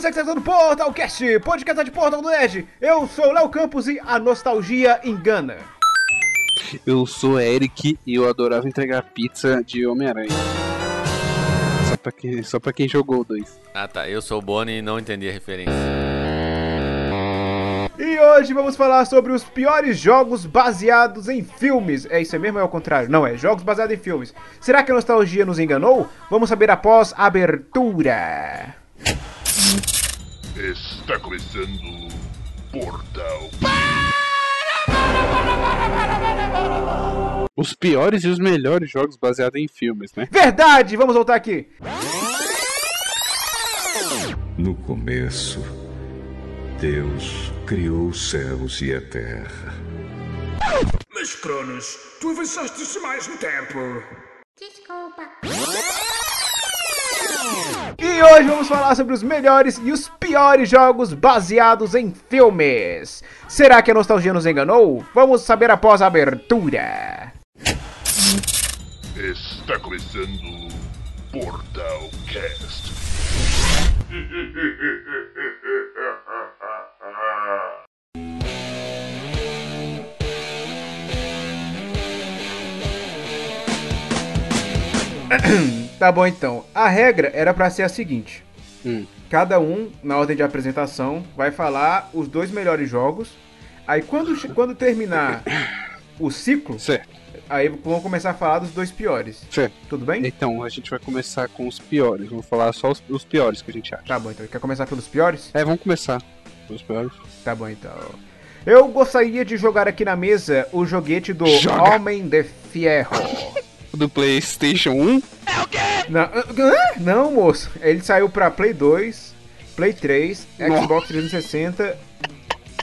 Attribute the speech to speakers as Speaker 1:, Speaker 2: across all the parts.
Speaker 1: começando o Portalcast, podcast de Portal do Nerd. Eu sou o Léo Campos e a nostalgia engana.
Speaker 2: Eu sou Eric e eu adorava entregar pizza de Homem-Aranha. Só pra, quem, só pra quem jogou o 2.
Speaker 3: Ah tá, eu sou o Boni e não entendi a referência.
Speaker 1: E hoje vamos falar sobre os piores jogos baseados em filmes. É isso mesmo ou é ao contrário? Não, é jogos baseados em filmes. Será que a nostalgia nos enganou? Vamos saber após a abertura.
Speaker 4: Está começando Portal.
Speaker 2: Os piores e os melhores jogos baseados em filmes, né?
Speaker 1: Verdade, vamos voltar aqui.
Speaker 4: No começo, Deus criou os céus e a terra.
Speaker 5: Mas, Cronos, tu avançaste demais no tempo.
Speaker 6: Desculpa.
Speaker 1: E hoje vamos falar sobre os melhores e os piores jogos baseados em filmes. Será que a nostalgia nos enganou? Vamos saber após a abertura.
Speaker 4: Está começando Portal Cast.
Speaker 1: Tá bom então. A regra era pra ser a seguinte:
Speaker 2: Hum.
Speaker 1: cada um, na ordem de apresentação, vai falar os dois melhores jogos. Aí quando, che- quando terminar o ciclo,
Speaker 2: Certo,
Speaker 1: aí vão começar a falar dos dois piores.
Speaker 2: certo.
Speaker 1: Tudo bem?
Speaker 2: Então, a gente vai começar com os piores. Vou falar só os, os piores que a gente acha.
Speaker 1: Tá bom então. Quer começar pelos piores?
Speaker 2: É, vamos começar. Os piores.
Speaker 1: Tá bom então. Eu gostaria de jogar aqui na mesa o joguete do
Speaker 2: Joga.
Speaker 1: Homem de Ferro.
Speaker 2: Do PlayStation 1?
Speaker 1: não, ah, não, moço. Ele saiu pra Play 2, Play 3,
Speaker 2: Nossa.
Speaker 1: Xbox 360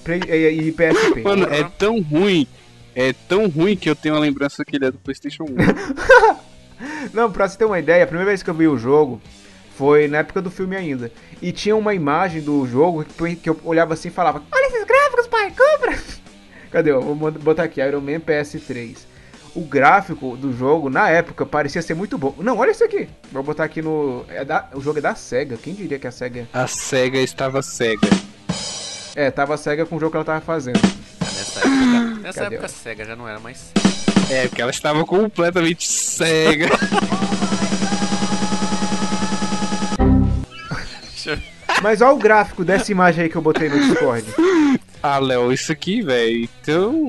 Speaker 1: Play- e, e PSP.
Speaker 2: Mano, é tão ruim. É tão ruim que eu tenho a lembrança que ele é do PlayStation 1.
Speaker 1: Não, pra você ter uma ideia, a primeira vez que eu vi o jogo foi na época do filme ainda. E tinha uma imagem do jogo que que eu olhava assim e falava: Olha esses gráficos, pai, compra! Cadê? Eu vou mand- botar aqui: Iron Man PS3. O gráfico do jogo, na época, parecia ser muito bom. Não, olha isso aqui. Vou botar aqui no. é da- O jogo é da SEGA. Quem diria que a SEGA.
Speaker 2: a SEGA estava cega.
Speaker 1: É, tava a SEGA com o jogo que ela tava fazendo.
Speaker 3: Ah, Nessa época, nessa
Speaker 1: Cadê ela?
Speaker 3: época a SEGA já não era mais SEGA.
Speaker 2: É, porque ela estava completamente cega.
Speaker 1: Mas olha o gráfico dessa imagem aí que eu botei no Discord.
Speaker 2: Ah, Léo, isso aqui, velho, então.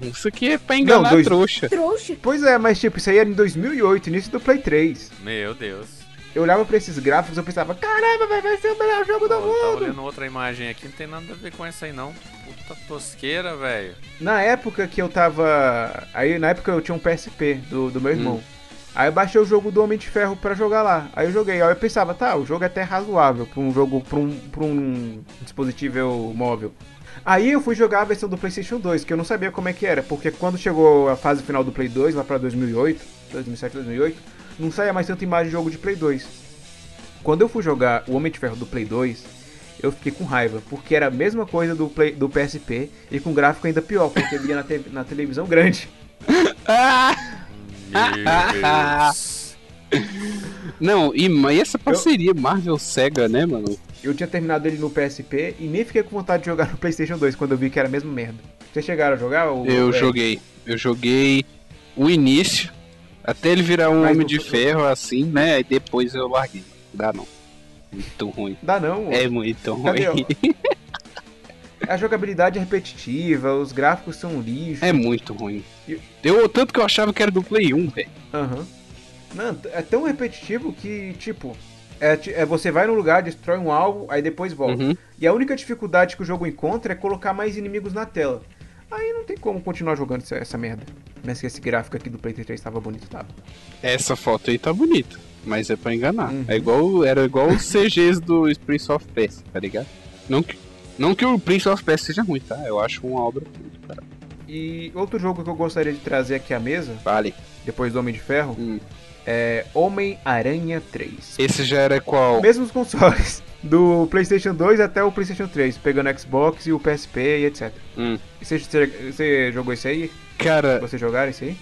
Speaker 2: Isso aqui é pra
Speaker 1: Não,
Speaker 2: enganar a
Speaker 1: dois-
Speaker 2: trouxa.
Speaker 6: Trouxa.
Speaker 1: Pois é, mas tipo, isso aí era em 2008, início do Play 3.
Speaker 3: Meu Deus.
Speaker 1: Eu olhava pra esses gráficos e eu pensava, caramba, velho, vai ser o melhor jogo do
Speaker 3: Pô, tá eu tava
Speaker 1: mundo.
Speaker 3: olhando outra imagem aqui, não tem nada a ver com essa aí não. Puta tosqueira, velho.
Speaker 1: Na época que eu tava. Aí na época eu tinha um PSP do, do meu irmão. Aí eu baixei o jogo do Homem de Ferro pra jogar lá. Aí eu joguei. Aí eu pensava, tá, o jogo é até razoável pra um jogo. pra um, pra um dispositivo móvel. Aí eu fui jogar a versão do PlayStation 2, que eu não sabia como é que era, porque quando chegou a fase final do Play 2, lá pra 2008, 2007, 2008, não saía mais tanta imagem de jogo de Play 2. Quando eu fui jogar o Homem de Ferro do Play 2, eu fiquei com raiva, porque era a mesma coisa do, Play- do PSP e com gráfico ainda pior, porque ele ia na, te- na televisão grande.
Speaker 2: Ah!
Speaker 3: Meu Deus.
Speaker 2: Não, e, ma- e essa parceria Marvel-Sega, né, mano?
Speaker 1: Eu tinha terminado ele no PSP e nem fiquei com vontade de jogar no PlayStation 2 quando eu vi que era a mesma merda. Vocês chegaram a jogar? o-
Speaker 2: Eu
Speaker 1: é,
Speaker 2: joguei. Eu joguei o início, até ele virar um
Speaker 1: Mas
Speaker 2: homem
Speaker 1: não
Speaker 2: de
Speaker 1: foi-
Speaker 2: ferro, assim, né? E depois eu larguei. Dá não. Muito ruim.
Speaker 1: Dá não.
Speaker 2: É muito
Speaker 1: Cadê, ó?
Speaker 2: ruim.
Speaker 1: A jogabilidade é repetitiva, os gráficos são um lixo.
Speaker 2: É muito ruim. Eu, tanto que eu achava que era do Play 1, velho.
Speaker 1: Aham. Não, t- é tão repetitivo que, tipo, é, ti- é você vai no lugar, destrói um alvo, aí depois volta.
Speaker 2: Uhum.
Speaker 1: E a única dificuldade que o jogo encontra é colocar mais inimigos na tela. Aí não tem como continuar jogando essa, essa merda. Mas que esse gráfico aqui do PlayStation 3 tava bonito, tava.
Speaker 2: Essa foto aí tá bonita, mas é pra enganar.
Speaker 1: Uhum.
Speaker 2: É igual, era igual os CGs do Prince of Persia, tá ligado? Não que, não que o Prince of Persia seja ruim, tá? Eu acho uma obra.
Speaker 1: E outro jogo que eu gostaria de trazer aqui à mesa,
Speaker 2: Vale.
Speaker 1: depois do Homem de Ferro,
Speaker 2: Hum.
Speaker 1: é Homem-Aranha É 3.
Speaker 2: Esse já era qual?
Speaker 1: Mesmos consoles, do PlayStation 2 até o PlayStation 3, pegando Xbox e o PSP e etc.
Speaker 2: Hum.
Speaker 1: Você, você- você jogou isso aí?
Speaker 2: Cara,
Speaker 1: Vocês jogaram isso aí?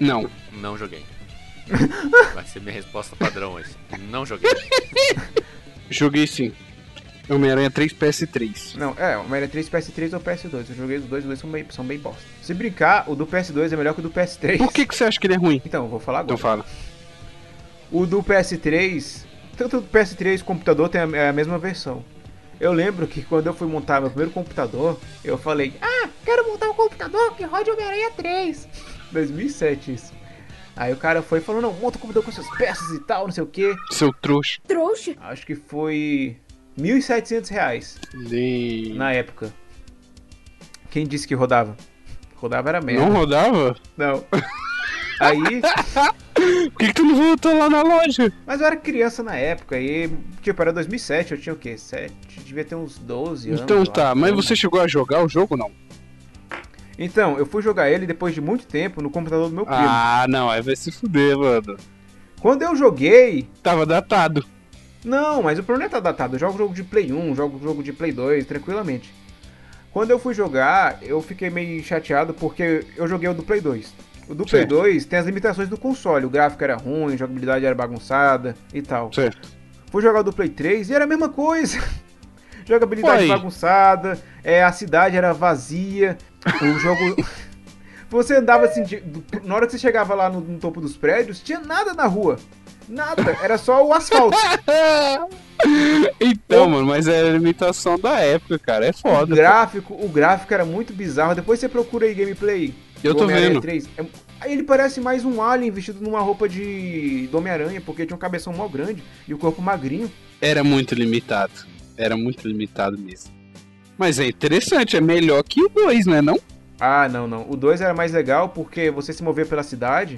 Speaker 2: não.
Speaker 3: Não joguei. Vai ser minha resposta padrão hoje. Não joguei.
Speaker 2: Joguei sim. Homem-Aranha 3 PS3.
Speaker 1: Não, é, o Mario 3 PS3 ou PS2. Eu joguei os dois, os dois são bem, são bem bosta. Se brincar, o do PS2 é melhor que o do PS3.
Speaker 2: Por que, que você acha que ele é ruim?
Speaker 1: Então, eu vou falar agora.
Speaker 2: Então fala.
Speaker 1: O do PS3, tanto o PS3 e computador tem a, é a mesma versão. Eu lembro que quando eu fui montar meu primeiro computador, eu falei, ah, quero montar um computador que rode Homem-Aranha 3. 2007 isso. Aí o cara foi e falou, não, monta o computador com suas peças e tal, não sei o que.
Speaker 2: Seu trouxa.
Speaker 6: Trouxa.
Speaker 1: Acho que foi R$ 1.700 reais
Speaker 2: De...
Speaker 1: na época. Quem disse que rodava? Rodava era merda.
Speaker 2: Não rodava?
Speaker 1: Não. Aí,
Speaker 2: Por que, que tu não voltou lá na loja?
Speaker 1: mas eu era criança na época e, tipo, era 2007, eu tinha o quê? 7, devia ter uns 12 anos. eu
Speaker 2: Então
Speaker 1: acho.
Speaker 2: tá, mas você chegou a jogar o jogo não?
Speaker 1: Então, eu fui jogar ele depois de muito tempo no computador do meu primo.
Speaker 2: Ah, não, aí vai se fuder, mano.
Speaker 1: Quando eu joguei,
Speaker 2: Tava datado.
Speaker 1: não, mas o problema é tá datado, eu jogo jogo de Play 1, jogo jogo de Play 2, tranquilamente. Quando eu fui jogar, eu fiquei meio chateado porque eu joguei o do Play 2. O do Play
Speaker 2: Certo.
Speaker 1: 2 tem as limitações do console, o gráfico era ruim, a jogabilidade era bagunçada e tal.
Speaker 2: Certo.
Speaker 1: Fui jogar o do Play 3 e era a mesma coisa. Jogabilidade
Speaker 2: Uai.
Speaker 1: bagunçada, é, a cidade era vazia, o jogo. Você andava assim, de- do- na hora que você chegava lá no, no topo dos prédios, tinha nada na rua. Nada, era só o asfalto.
Speaker 2: então, mano, mas é a limitação da época, cara. É
Speaker 1: O
Speaker 2: foda.
Speaker 1: gráfico, o gráfico era muito bizarro. Depois você procura aí gameplay.
Speaker 2: Eu
Speaker 1: do
Speaker 2: tô
Speaker 1: Homem-Aranha
Speaker 2: vendo.
Speaker 1: 3. É- aí ele parece mais um alien vestido numa roupa de do Homem-Aranha, porque tinha um cabeção mó grande e o corpo magrinho.
Speaker 2: Era muito limitado. Era muito limitado mesmo. Mas é interessante, é melhor que o 2, né? Não?
Speaker 1: Ah, não, não. O 2 era mais legal porque você se movia pela cidade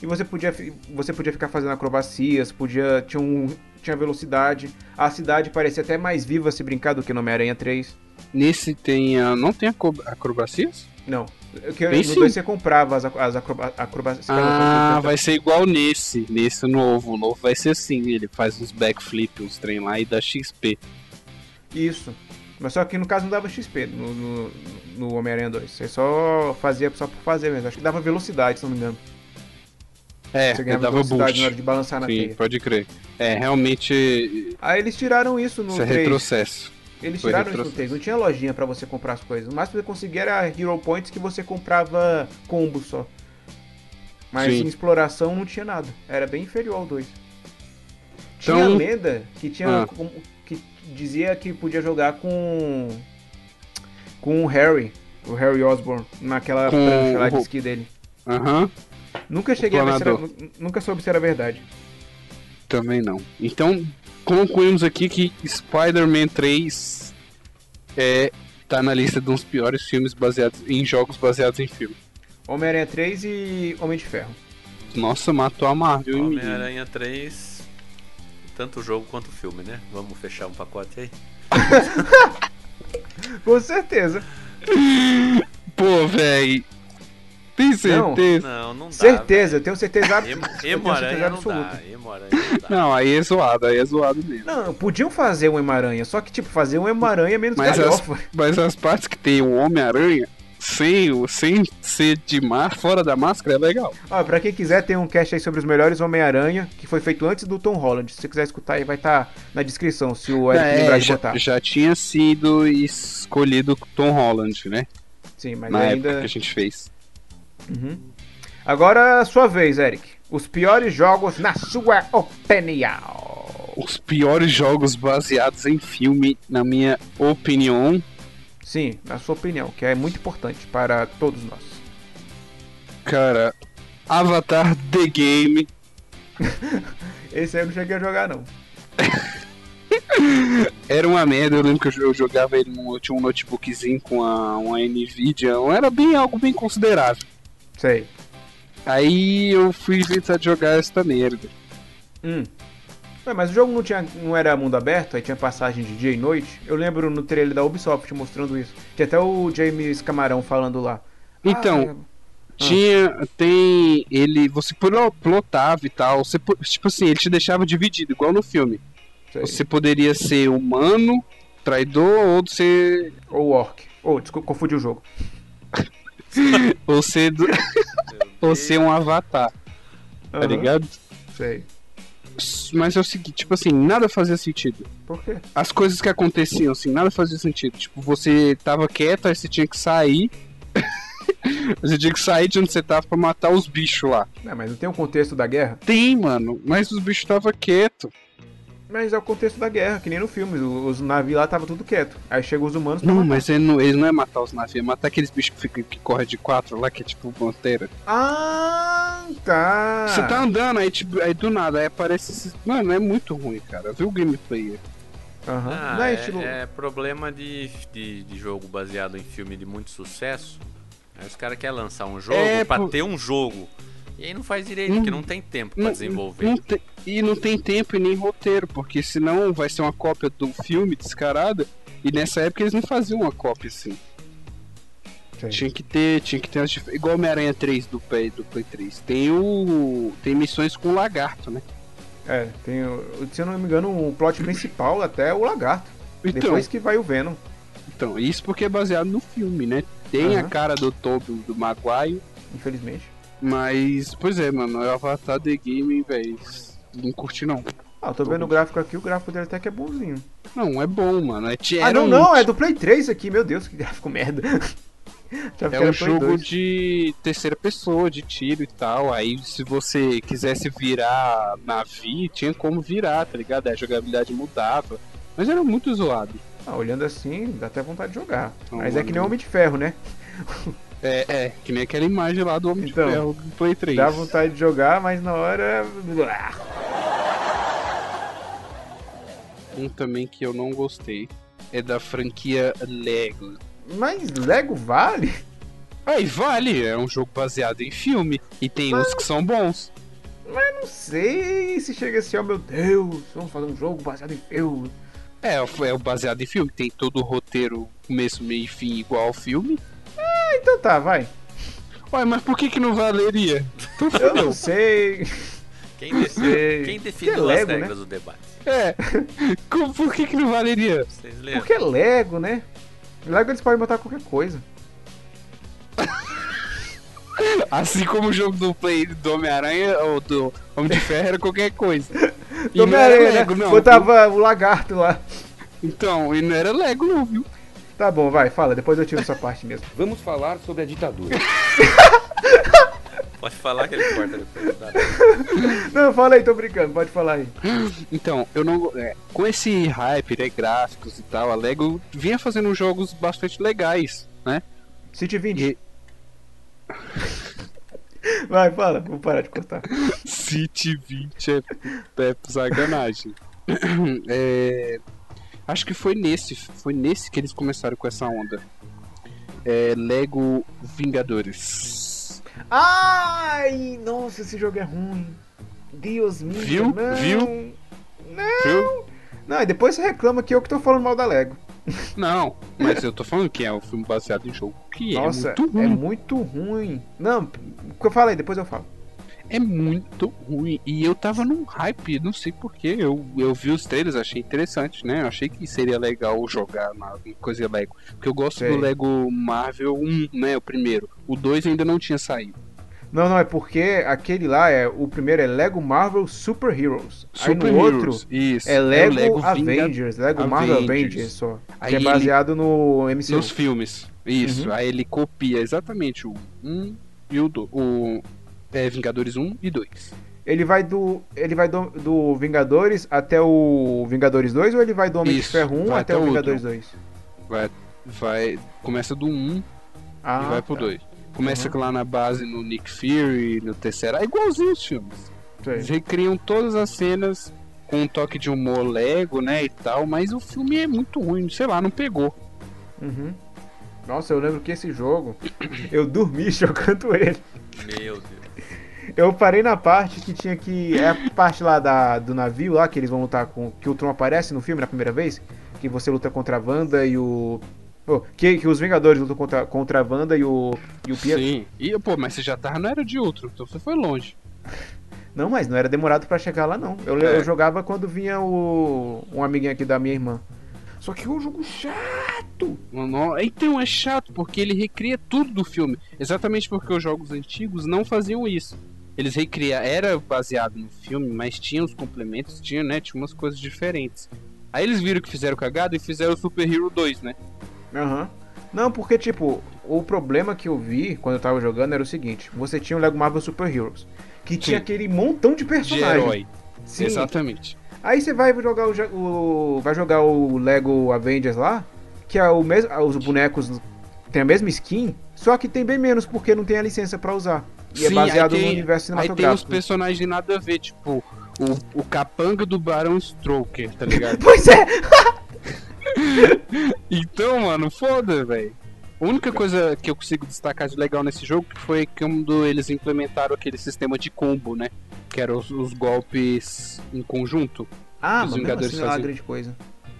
Speaker 1: e você podia, fi- você podia ficar fazendo acrobacias, podia tinha, um, tinha velocidade. A cidade parecia até mais viva se brincar do que no Homem-Aranha 3.
Speaker 2: Nesse tem a... Não tem acro- acrobacias?
Speaker 1: Não. É Que
Speaker 2: Tem
Speaker 1: no
Speaker 2: sim.
Speaker 1: 2 você comprava as, acro- as acroba- acrobacias.
Speaker 2: Ah, vai ser igual nesse. Nesse novo. O novo vai ser assim. Ele faz uns backflip, uns trem lá e dá XP.
Speaker 1: Isso. Mas só que no caso não dava XP no, no, no Homem-Aranha 2. Você só fazia só por fazer mesmo. Acho que dava velocidade, se não me engano.
Speaker 2: É,
Speaker 1: Você
Speaker 2: ele
Speaker 1: ganhava
Speaker 2: dava
Speaker 1: velocidade na hora
Speaker 2: boost.
Speaker 1: de balançar na
Speaker 2: Sim,
Speaker 1: teia.
Speaker 2: pode crer. É, realmente.
Speaker 1: Aí eles tiraram isso no
Speaker 2: Isso é
Speaker 1: 3.
Speaker 2: retrocesso.
Speaker 1: Eles
Speaker 2: Foi
Speaker 1: tiraram isso
Speaker 2: retrocesso.
Speaker 1: no 3, não tinha lojinha pra você comprar as coisas. O máximo que você conseguia era Hero Points que você comprava combo só. Mas
Speaker 2: Sim.
Speaker 1: em exploração não tinha nada. Era bem inferior ao 2. Tinha
Speaker 2: Então-
Speaker 1: a lenda que tinha.
Speaker 2: Ah.
Speaker 1: com- que dizia que podia jogar com. com o Harry. O Harry Osborn, naquela
Speaker 2: Com
Speaker 1: prancha lá de
Speaker 2: o-
Speaker 1: esqui dele.
Speaker 2: Aham,
Speaker 1: Nunca cheguei a ver se era,
Speaker 2: planador.
Speaker 1: Nunca soube se era verdade.
Speaker 2: também não. Então, concluímos aqui que Spider-Man 3 é, tá na lista dos piores filmes baseados em jogos baseados em filme.
Speaker 1: Homem-Aranha 3 e Homem de Ferro.
Speaker 2: Nossa, matou a Marvel em mim.
Speaker 3: Homem-Aranha 3, tanto o jogo quanto o filme, né? Vamos fechar um pacote aí.
Speaker 1: Com certeza.
Speaker 2: Pô, véi. Tem certeza?
Speaker 3: Não, não dá.
Speaker 1: certeza, eu tenho certeza
Speaker 3: velho.
Speaker 1: absoluta.
Speaker 3: Emo-
Speaker 1: Eu
Speaker 3: Emo
Speaker 1: tenho certeza
Speaker 3: Aranha não
Speaker 1: absoluta.
Speaker 3: dá. Emo Aranha não dá.
Speaker 2: Não. aí é zoado, aí é zoado mesmo.
Speaker 1: Não, podiam fazer um Emaranha, só que, tipo, fazer um Emaranha menos
Speaker 2: Mas as,
Speaker 1: galhofa.
Speaker 2: mas as partes que tem o Homem-Aranha, sem, o- sem ser de mar, fora da máscara, é legal.
Speaker 1: Ó, pra quem quiser, tem um cast aí sobre os melhores Homem-Aranha, que foi feito antes do Tom Holland. Se você quiser escutar aí, vai estar na descrição, se o Eric
Speaker 2: É,
Speaker 1: lembrar tá. de
Speaker 2: já,
Speaker 1: botar.
Speaker 2: já tinha sido escolhido Tom Holland, né?
Speaker 1: Sim, mas
Speaker 2: na época
Speaker 1: ainda...
Speaker 2: que a gente fez.
Speaker 1: Uhum. Agora, sua vez, Eric. Os piores jogos na sua opinião.
Speaker 2: Os piores jogos baseados em filme, na minha opinião,
Speaker 1: Sim, na sua opinião, que é muito importante para todos nós.
Speaker 2: cara, Avatar The Game.
Speaker 1: Esse aí eu não cheguei a jogar, não.
Speaker 2: Era uma merda, eu lembro que eu jo- eu jogava ele num, eu tinha um notebookzinho com a, uma Nvidia, Então, era bem algo bem considerável.
Speaker 1: Sei.
Speaker 2: Aí eu fui inventar de jogar essa merda.
Speaker 1: Hum. Ué, mas o jogo não, tinha, não era mundo aberto, aí tinha passagem de dia e noite. Eu lembro no trailer da Ubisoft mostrando isso. Tinha até o James Camarão falando lá.
Speaker 2: Então, Tinha, tem ele, você plo- plotava e tal, você, po- tipo assim, ele te deixava dividido, igual no filme.
Speaker 1: Ah, sei.
Speaker 2: Você poderia ser humano, traidor, ou ser.
Speaker 1: Ou Orc. Ou, desculpa, confundi o jogo.
Speaker 2: ou ser. do- ou ser um avatar, tá
Speaker 1: Aham,
Speaker 2: ligado?
Speaker 1: Sei.
Speaker 2: Mas é o seguinte, tipo assim, nada fazia sentido.
Speaker 1: Por quê?
Speaker 2: as coisas que aconteciam, assim, nada fazia sentido. Tipo, você tava quieto, aí você tinha que sair. você tinha que sair de onde você tava pra matar os bichos lá.
Speaker 1: Não, mas não tem o contexto da guerra?
Speaker 2: Tem, mano, mas os bichos tava quieto.
Speaker 1: Mas é o contexto da guerra, que nem no filme. o- Os navios lá tava tudo quieto. Aí chegam os humanos pra
Speaker 2: Não,
Speaker 1: matar.
Speaker 2: mas ele não, ele não é matar os navios, é matar aqueles bichos que, ficam- que correm de quatro lá, que é tipo bandeira.
Speaker 1: Ah, tá.
Speaker 2: Você tá andando, aí, tipo, aí do nada, aí aparece esses. Mano, é muito ruim, cara. Viu o gameplay?
Speaker 1: Aham.
Speaker 3: Ah,
Speaker 1: não é,
Speaker 3: é,
Speaker 1: estilo.
Speaker 3: é problema de, de, de jogo baseado em filme de muito sucesso. Aí os caras querem lançar um jogo
Speaker 2: É,
Speaker 3: pra
Speaker 2: pô.
Speaker 3: ter um jogo. E aí não faz direito,
Speaker 2: Hum.
Speaker 3: porque não tem tempo pra desenvolver.
Speaker 1: hum.
Speaker 2: não tem- e não tem tempo e nem roteiro, porque senão vai ser uma cópia do filme descarada. E nessa época eles não faziam uma cópia assim.
Speaker 1: Sim.
Speaker 2: Tinha que ter, tinha que ter as dif- igual Homem-Aranha 3 do Play, do Play 3. Tem o tem missões com o lagarto, né?
Speaker 1: É, tem. o- Se eu não me engano, o plot principal até é o lagarto.
Speaker 2: Então,
Speaker 1: Depois que vai o Venom.
Speaker 2: então, isso porque é baseado no filme, né? Tem a
Speaker 1: Aham.
Speaker 2: cara do Toby do Maguire,
Speaker 1: infelizmente.
Speaker 2: mas pois é, mano, é o Avatar The Game, velho. Não curti não.
Speaker 1: Ah, eu tô vendo o gráfico aqui, o gráfico dele até que é bonzinho.
Speaker 2: Não, é bom, mano. É, ti-
Speaker 1: ah,
Speaker 2: era
Speaker 1: não,
Speaker 2: um-
Speaker 1: não, é do Play 3 isso aqui, meu Deus, que gráfico merda. Já
Speaker 2: É um jogo de terceira pessoa, de tiro e tal. Aí se você quisesse virar navio, tinha como virar, tá ligado? Aí a jogabilidade mudava. Mas era muito zoado.
Speaker 1: Ah, olhando assim, dá até vontade de jogar.
Speaker 2: Não,
Speaker 1: Mas é
Speaker 2: mano.
Speaker 1: que nem Homem de Ferro, né?
Speaker 2: É, é, que nem aquela imagem lá do Homem
Speaker 1: Então,
Speaker 2: de Ferro do Play 3.
Speaker 1: Dá vontade de jogar, mas na hora. Ah,
Speaker 2: Um também que eu não gostei é da franquia Lego.
Speaker 1: Mas Lego vale?
Speaker 2: Aí vale, é um jogo baseado em filme e tem uns que são bons.
Speaker 1: Não sei se chega assim, ó, meu Deus, vamos fazer um jogo baseado em filme.
Speaker 2: É, é o baseado em filme, tem todo o roteiro, começo, meio e fim igual ao filme.
Speaker 1: Então tá, vai.
Speaker 2: Ué, mas por que que não valeria? Então
Speaker 1: Eu não
Speaker 2: fudeu.
Speaker 1: sei.
Speaker 3: Quem, decide, quem definiu
Speaker 1: Porque é Lego,
Speaker 3: as regras do debate?
Speaker 2: É. Como- por que que não valeria?
Speaker 3: Vocês leram?
Speaker 1: Porque é Lego, né? Lego eles podem botar qualquer coisa.
Speaker 2: Assim como o jogo do Play do Homem-Aranha ou do Homem de Ferro era qualquer coisa. E não era
Speaker 1: Homem-Aranha, né?
Speaker 2: Lego, não.
Speaker 1: Botava o lagarto lá.
Speaker 2: Então, e não era Lego, não, viu?
Speaker 1: Tá bom, vai, fala, depois eu tiro essa parte mesmo.
Speaker 7: Vamos falar sobre a ditadura.
Speaker 3: Pode falar que ele corta depois. tá?
Speaker 1: Não, fala aí, tô brincando, pode falar aí.
Speaker 2: Então, eu não. é, com esse hype, né, gráficos e tal, a Lego vinha fazendo uns jogos bastante legais, né?
Speaker 1: City 20.
Speaker 2: E-
Speaker 1: Vai, fala, vou parar de cortar.
Speaker 2: City 20 é, é sacanagem. É, acho que foi nesse, foi nesse que eles começaram com essa onda. É, Lego Vingadores.
Speaker 1: Ai, nossa, esse jogo é ruim. Deus me
Speaker 2: Viu?
Speaker 1: Não.
Speaker 2: Viu?
Speaker 1: Não.
Speaker 2: Viu?
Speaker 1: Não, e depois você reclama que eu que tô falando mal da Lego.
Speaker 2: Não, mas eu tô falando que é um filme baseado em jogo que
Speaker 1: Nossa,
Speaker 2: é muito
Speaker 1: é
Speaker 2: ruim.
Speaker 1: muito ruim. Não, o que eu falei, depois eu falo.
Speaker 2: É, muito ruim. E eu tava num hype, não sei porquê. Eu, eu vi os trailers, achei interessante, né? Eu achei que seria legal jogar na em coisa Lego. Porque eu gosto
Speaker 1: Sei.
Speaker 2: do Lego Marvel 1, né? O primeiro. O 2 ainda não tinha saído.
Speaker 1: Não, não, é porque aquele lá é. O primeiro é Lego Marvel Super Heroes. Aí
Speaker 2: Super
Speaker 1: no
Speaker 2: Heroes,
Speaker 1: outro
Speaker 2: isso.
Speaker 1: é
Speaker 2: o
Speaker 1: Lego,
Speaker 2: Vinga-
Speaker 1: Avengers, Lego Marvel
Speaker 2: Avengers.
Speaker 1: Avengers só.
Speaker 2: Aí
Speaker 1: que é
Speaker 2: ele-
Speaker 1: baseado no MCU.
Speaker 2: nos filmes.
Speaker 1: Uhum.
Speaker 2: Isso. Aí ele copia exatamente o 1 e o 2. O é, Vingadores 1 e 2.
Speaker 1: Ele vai do. Ele vai do, do Vingadores até o Vingadores 2 ou ele vai do Homem de
Speaker 2: Isso,
Speaker 1: Ferro 1
Speaker 2: vai
Speaker 1: até, o
Speaker 2: até outro.
Speaker 1: Vingadores 2?
Speaker 2: Vai, vai. Começa do 1
Speaker 1: Ah,
Speaker 2: e vai pro
Speaker 1: tá.
Speaker 2: 2. Começa lá na base no Nick Fury, no terceiro. É igualzinho os filmes. Eles
Speaker 1: Sei.
Speaker 2: recriam todas as cenas com um toque de humor Lego, né? E tal, mas o filme é muito ruim, sei lá, não pegou.
Speaker 1: Uhum. Nossa, eu lembro que esse jogo eu dormi jogando ele.
Speaker 3: Meu Deus.
Speaker 1: Eu parei na parte que tinha que. É a parte lá da, do navio lá que eles vão lutar com. Que o Tron aparece no filme na primeira vez. Que você luta contra a Wanda e o. oh, que, que os Vingadores lutam contra, contra a Wanda e o. E o Pietro.
Speaker 2: Sim. E, pô, mas você já tava, não era de outro, então você foi longe.
Speaker 1: Não, mas não era demorado pra chegar lá, não. Eu,
Speaker 2: É.
Speaker 1: eu jogava quando vinha o. um amiguinho aqui da minha irmã. Só que é um jogo chato.
Speaker 2: Não, não- Então é chato, porque ele recria tudo do filme. Exatamente porque os jogos antigos não faziam isso. Eles recriaram. Era baseado no filme, mas tinha uns complementos, tinha, né? Tinha umas coisas diferentes. Aí eles viram que fizeram cagada e fizeram o Super Hero 2, né?
Speaker 1: Aham. Não, porque, tipo, o problema que eu vi quando eu tava jogando era o seguinte: você tinha o Lego Marvel Super Heroes, que tinha aquele montão de
Speaker 2: De
Speaker 1: personagens.
Speaker 2: herói.
Speaker 1: Sim.
Speaker 2: Exatamente.
Speaker 1: Aí você vai jogar o, ja- o- vai jogar o Lego Avengers lá, que é o mesmo, os bonecos tem a mesma skin, só que tem bem menos porque não tem a licença pra usar. E é
Speaker 2: Sim,
Speaker 1: baseado
Speaker 2: aí tem-
Speaker 1: no universo
Speaker 2: Aí tem os
Speaker 1: cinematográfico.
Speaker 2: personagens de nada a ver, tipo, o, o capanga do Barão Stroker, tá ligado?
Speaker 1: Pois é.
Speaker 2: Então, mano, foda, velho. A única coisa que eu consigo destacar de legal nesse jogo que foi quando eles implementaram aquele sistema de combo, né? Que eram os, os golpes em conjunto.
Speaker 1: Ah, mas
Speaker 2: Os
Speaker 1: mesmo
Speaker 2: Vingadores
Speaker 1: assim não é uma
Speaker 2: fazem-
Speaker 1: grande coisa.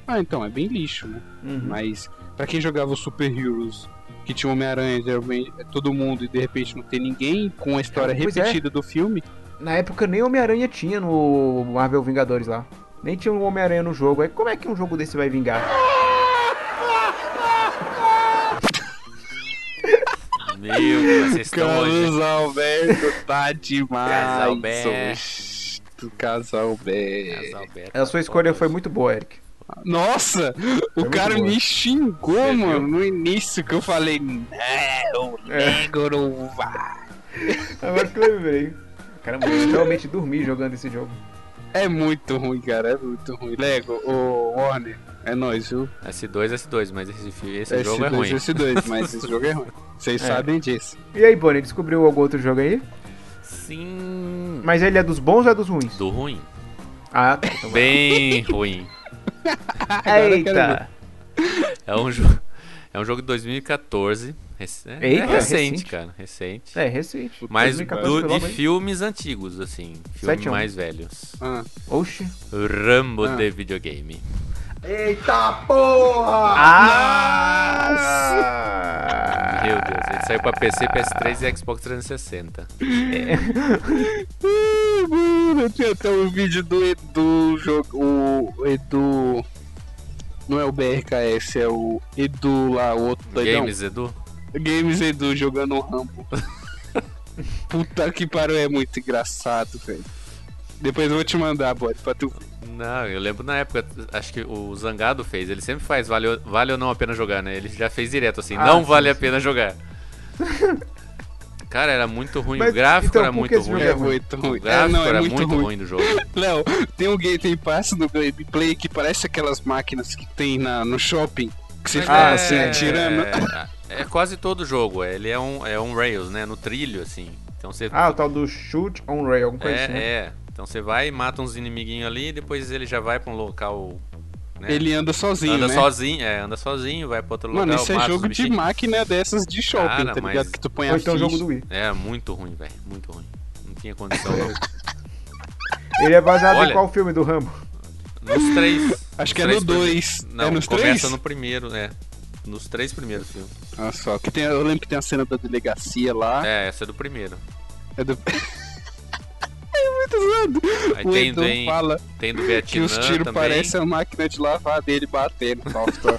Speaker 2: Ah, então, é bem lixo, né?
Speaker 1: Uhum.
Speaker 2: Mas, pra quem jogava o Super Heroes, que tinha o Homem-Aranha, Iron Man, todo mundo, e de repente não tem ninguém, com a história
Speaker 1: Pois é.
Speaker 2: repetida do filme,
Speaker 1: Na época nem Homem-Aranha tinha no Marvel Vingadores lá. Nem tinha um Homem-Aranha no jogo. Aí como é que um jogo desse vai vingar?
Speaker 3: Meu, Deus, vocês estão hoje.
Speaker 1: né?
Speaker 2: Carlos Alberto tá
Speaker 3: Carlos
Speaker 2: demais.
Speaker 3: Alberto.
Speaker 2: hoje. Do Casal
Speaker 3: Mas,
Speaker 2: Bé.
Speaker 3: Alberto,
Speaker 1: A sua escolha
Speaker 3: todos.
Speaker 1: foi muito boa, Eric.
Speaker 2: Nossa, o
Speaker 1: muito
Speaker 2: cara
Speaker 1: boa.
Speaker 2: me xingou,
Speaker 3: Você viu?
Speaker 2: mano, É. no início que eu falei, não, Lego não vai.
Speaker 1: Agora que eu lembrei. Caramba, eu realmente dormi jogando esse jogo.
Speaker 2: É muito ruim, cara, é muito ruim. Lego, ô Warner, é nóis, viu?
Speaker 3: S2, S2, mas esse, fi- esse
Speaker 2: Esse
Speaker 3: jogo é
Speaker 2: dois,
Speaker 3: ruim.
Speaker 2: Esse dois, mas esse jogo é ruim. Vocês sabem disso.
Speaker 1: E aí, Bonnie, descobriu algum outro jogo aí? é-
Speaker 3: Sim.
Speaker 1: Mas ele é dos bons ou é dos ruins?
Speaker 3: Do ruim?
Speaker 1: Ah,
Speaker 3: Bem ruim.
Speaker 2: eu quero
Speaker 1: Eita!
Speaker 3: É um, jo- é um jogo de 2014. rec- É,
Speaker 1: Eita,
Speaker 3: é recente,
Speaker 1: recente.
Speaker 3: cara. Recente.
Speaker 1: É, recente. 2014
Speaker 3: Mas do,
Speaker 1: foi
Speaker 3: de
Speaker 1: logo, hein?
Speaker 3: filmes antigos, assim. Filmes
Speaker 1: Sete a um.
Speaker 3: mais velhos.
Speaker 2: Ah,
Speaker 1: Oxi.
Speaker 3: Rambo
Speaker 2: Ah.
Speaker 3: de videogame.
Speaker 1: Ah!
Speaker 3: Meu Deus, ele saiu pra PC, PS3 e Xbox 360.
Speaker 2: Ah, mano, eu tenho até um vídeo do Edu jogo. O Edu. Não é o BRKS, é o Edu lá, o outro doidão.
Speaker 3: Games, Edu?
Speaker 2: Games Edu jogando um Rambo. Puta que pariu, é muito engraçado, velho. Depois eu vou te mandar, bode, pra tu. ver.
Speaker 3: Não, eu lembro na época, acho que o Zangado fez, ele sempre faz vale, ou- vale ou não a pena jogar, né? Ele já fez direto assim,
Speaker 1: Ah,
Speaker 3: não
Speaker 1: sim,
Speaker 3: vale a
Speaker 1: sim.
Speaker 3: pena jogar. Cara, era muito ruim,
Speaker 1: Mas,
Speaker 3: o gráfico
Speaker 1: então,
Speaker 3: era
Speaker 1: por que
Speaker 3: muito
Speaker 1: esse
Speaker 3: ruim.
Speaker 1: jogo
Speaker 2: É
Speaker 1: é ruim.
Speaker 2: muito ruim.
Speaker 3: O
Speaker 2: É,
Speaker 3: gráfico
Speaker 2: não, é
Speaker 3: era
Speaker 2: muito, ruim.
Speaker 3: do jogo.
Speaker 2: Léo, tem um Game Pass no gameplay que parece aquelas máquinas que tem na, no shopping. Que você
Speaker 3: Mas
Speaker 2: fica
Speaker 1: Ah,
Speaker 2: assim,
Speaker 1: sim.
Speaker 2: atirando.
Speaker 3: É, é quase todo jogo, é, ele é um, é um Rails, né? No trilho, assim. Então você.
Speaker 1: Ah, o tal do shoot on rail, alguma
Speaker 3: é,
Speaker 1: coisa assim. né?
Speaker 3: é. Então você vai, mata uns inimiguinhos ali, depois ele já vai pra um local. né?
Speaker 2: Ele anda sozinho,
Speaker 3: anda
Speaker 2: né?
Speaker 3: sozinho, é, anda sozinho, vai pra outro
Speaker 2: Mano,
Speaker 3: lugar.
Speaker 2: isso é
Speaker 3: mata os
Speaker 2: jogo de
Speaker 3: bichinhos.
Speaker 2: máquina dessas de shopping,
Speaker 3: Cara,
Speaker 2: tá
Speaker 3: mas-
Speaker 2: ligado? Que tu põe
Speaker 1: Ou
Speaker 2: a
Speaker 1: então o
Speaker 2: ficha.
Speaker 1: jogo do Wii.
Speaker 3: É, muito ruim, velho. Muito ruim. Não tinha condição, não.
Speaker 1: Ele é baseado em
Speaker 3: Olha.
Speaker 1: qual filme do Rambo?
Speaker 3: Nos três.
Speaker 2: Acho
Speaker 3: Nos
Speaker 2: que é no
Speaker 3: três primeiros.
Speaker 2: 2.
Speaker 3: Não,
Speaker 2: É nos
Speaker 3: começa
Speaker 2: 3?
Speaker 3: no primeiro, né? Nos três primeiros filmes.
Speaker 2: Olha Ah, só, que tem, eu lembro que tem a cena da delegacia lá. É,
Speaker 3: É, essa é do primeiro.
Speaker 2: do... é muito zoado.
Speaker 3: Aí
Speaker 2: o
Speaker 3: tem,
Speaker 2: Edu
Speaker 3: tem,
Speaker 2: fala
Speaker 3: tem do
Speaker 2: que
Speaker 3: Vietnã
Speaker 2: os tiros
Speaker 3: também.
Speaker 2: parecem a máquina de lavar dele batendo. Nossa, tá.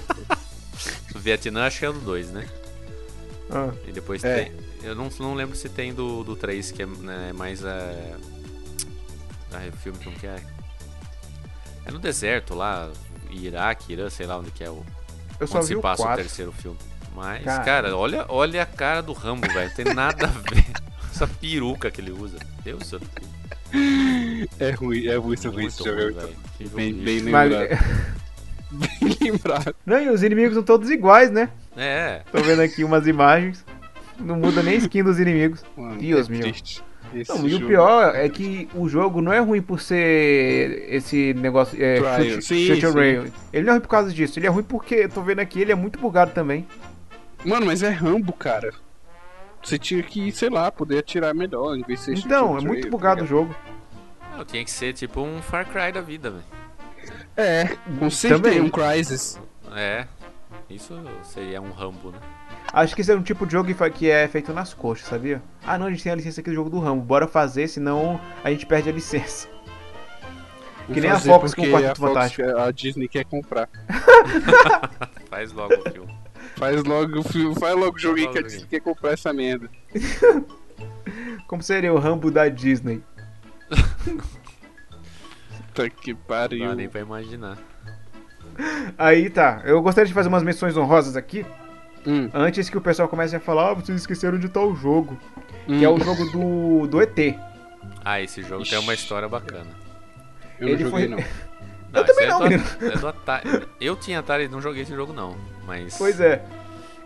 Speaker 3: Do Vietnã acho que é do dois, né?
Speaker 1: Ah,
Speaker 3: E depois
Speaker 2: É.
Speaker 3: tem. Eu não, não lembro se tem do, do 3, que é né, mais a. Ah, é filme como que é? É no deserto lá, Iraque, Irã, sei lá onde que é o.
Speaker 1: eu só
Speaker 3: onde se
Speaker 1: vi o
Speaker 3: passa o
Speaker 1: 4.
Speaker 3: terceiro filme. Mas,
Speaker 1: Cara.
Speaker 3: cara, olha, olha a cara do Rambo, velho. Tem nada a ver. Essa peruca que ele usa. Deus do céu.
Speaker 2: é ruim, é muito ruim esse jogo.
Speaker 3: Muito ruim,
Speaker 2: é muito-
Speaker 3: velho. Que jogo
Speaker 2: Bem, bem
Speaker 3: lixo.
Speaker 1: Mas-
Speaker 2: lembrado. Bem lembrado.
Speaker 1: Não, e os inimigos são todos iguais, né?
Speaker 3: É,
Speaker 1: Tô vendo aqui umas imagens. Não muda nem a skin dos inimigos.
Speaker 2: Mano,
Speaker 1: Deus
Speaker 2: é
Speaker 1: meu.
Speaker 2: triste. Esse
Speaker 1: Não, e o
Speaker 2: jogo-
Speaker 1: pior é que o jogo não é ruim por ser esse negócio. É,
Speaker 2: Trial.
Speaker 1: shoot,
Speaker 2: Sim,
Speaker 1: shoot and
Speaker 2: sim.
Speaker 1: rail. Ele não é ruim por causa disso. Ele é ruim porque, eu tô vendo aqui, ele é muito bugado também.
Speaker 2: Mano, mas é Rambo, cara. Você tinha que, sei lá, poder atirar melhor. Em vez de ser
Speaker 1: Então, é
Speaker 2: chute- tá
Speaker 1: muito bugado o jogo.
Speaker 3: não, tinha que ser tipo um Far Cry da vida, velho.
Speaker 2: É, com certeza
Speaker 1: Também.
Speaker 2: um Crysis.
Speaker 3: É, isso seria um Rambo, né?
Speaker 1: Acho que esse é um tipo de jogo que fa- que é feito nas coxas, sabia? Ah, não, a gente tem a licença aqui do jogo do Rambo. Bora fazer, senão a gente perde a licença. Que nem a
Speaker 2: Fazer
Speaker 1: Fox com
Speaker 2: porque
Speaker 1: Quarteto
Speaker 2: a Fox- é,
Speaker 1: Fantástico.
Speaker 2: A Disney quer comprar.
Speaker 3: Faz logo o filme.
Speaker 2: Faz logo o filme, faz logo o jogo aí que a
Speaker 3: logo o
Speaker 2: Disney
Speaker 3: jogo.
Speaker 2: quer comprar essa merda.
Speaker 1: Como seria o Rambo da Disney?
Speaker 2: Puta que
Speaker 3: Não
Speaker 2: pariu.
Speaker 3: dá nem pra imaginar.
Speaker 1: Aí tá, eu gostaria de fazer umas menções honrosas aqui,
Speaker 2: Hum,
Speaker 1: antes que o pessoal comece a falar, ah, vocês esqueceram de tal jogo,
Speaker 2: hum.
Speaker 1: que é o jogo do, do ET.
Speaker 3: Ah, esse jogo tem uma história bacana.
Speaker 2: Eu
Speaker 1: ele
Speaker 2: não
Speaker 1: foi-
Speaker 2: joguei, não.
Speaker 1: Eu
Speaker 3: isso
Speaker 1: também
Speaker 3: é
Speaker 1: não,
Speaker 3: do-
Speaker 1: menino.
Speaker 3: é do Atari. Eu tinha Atari e não joguei esse jogo, não. Mas.
Speaker 1: Pois é,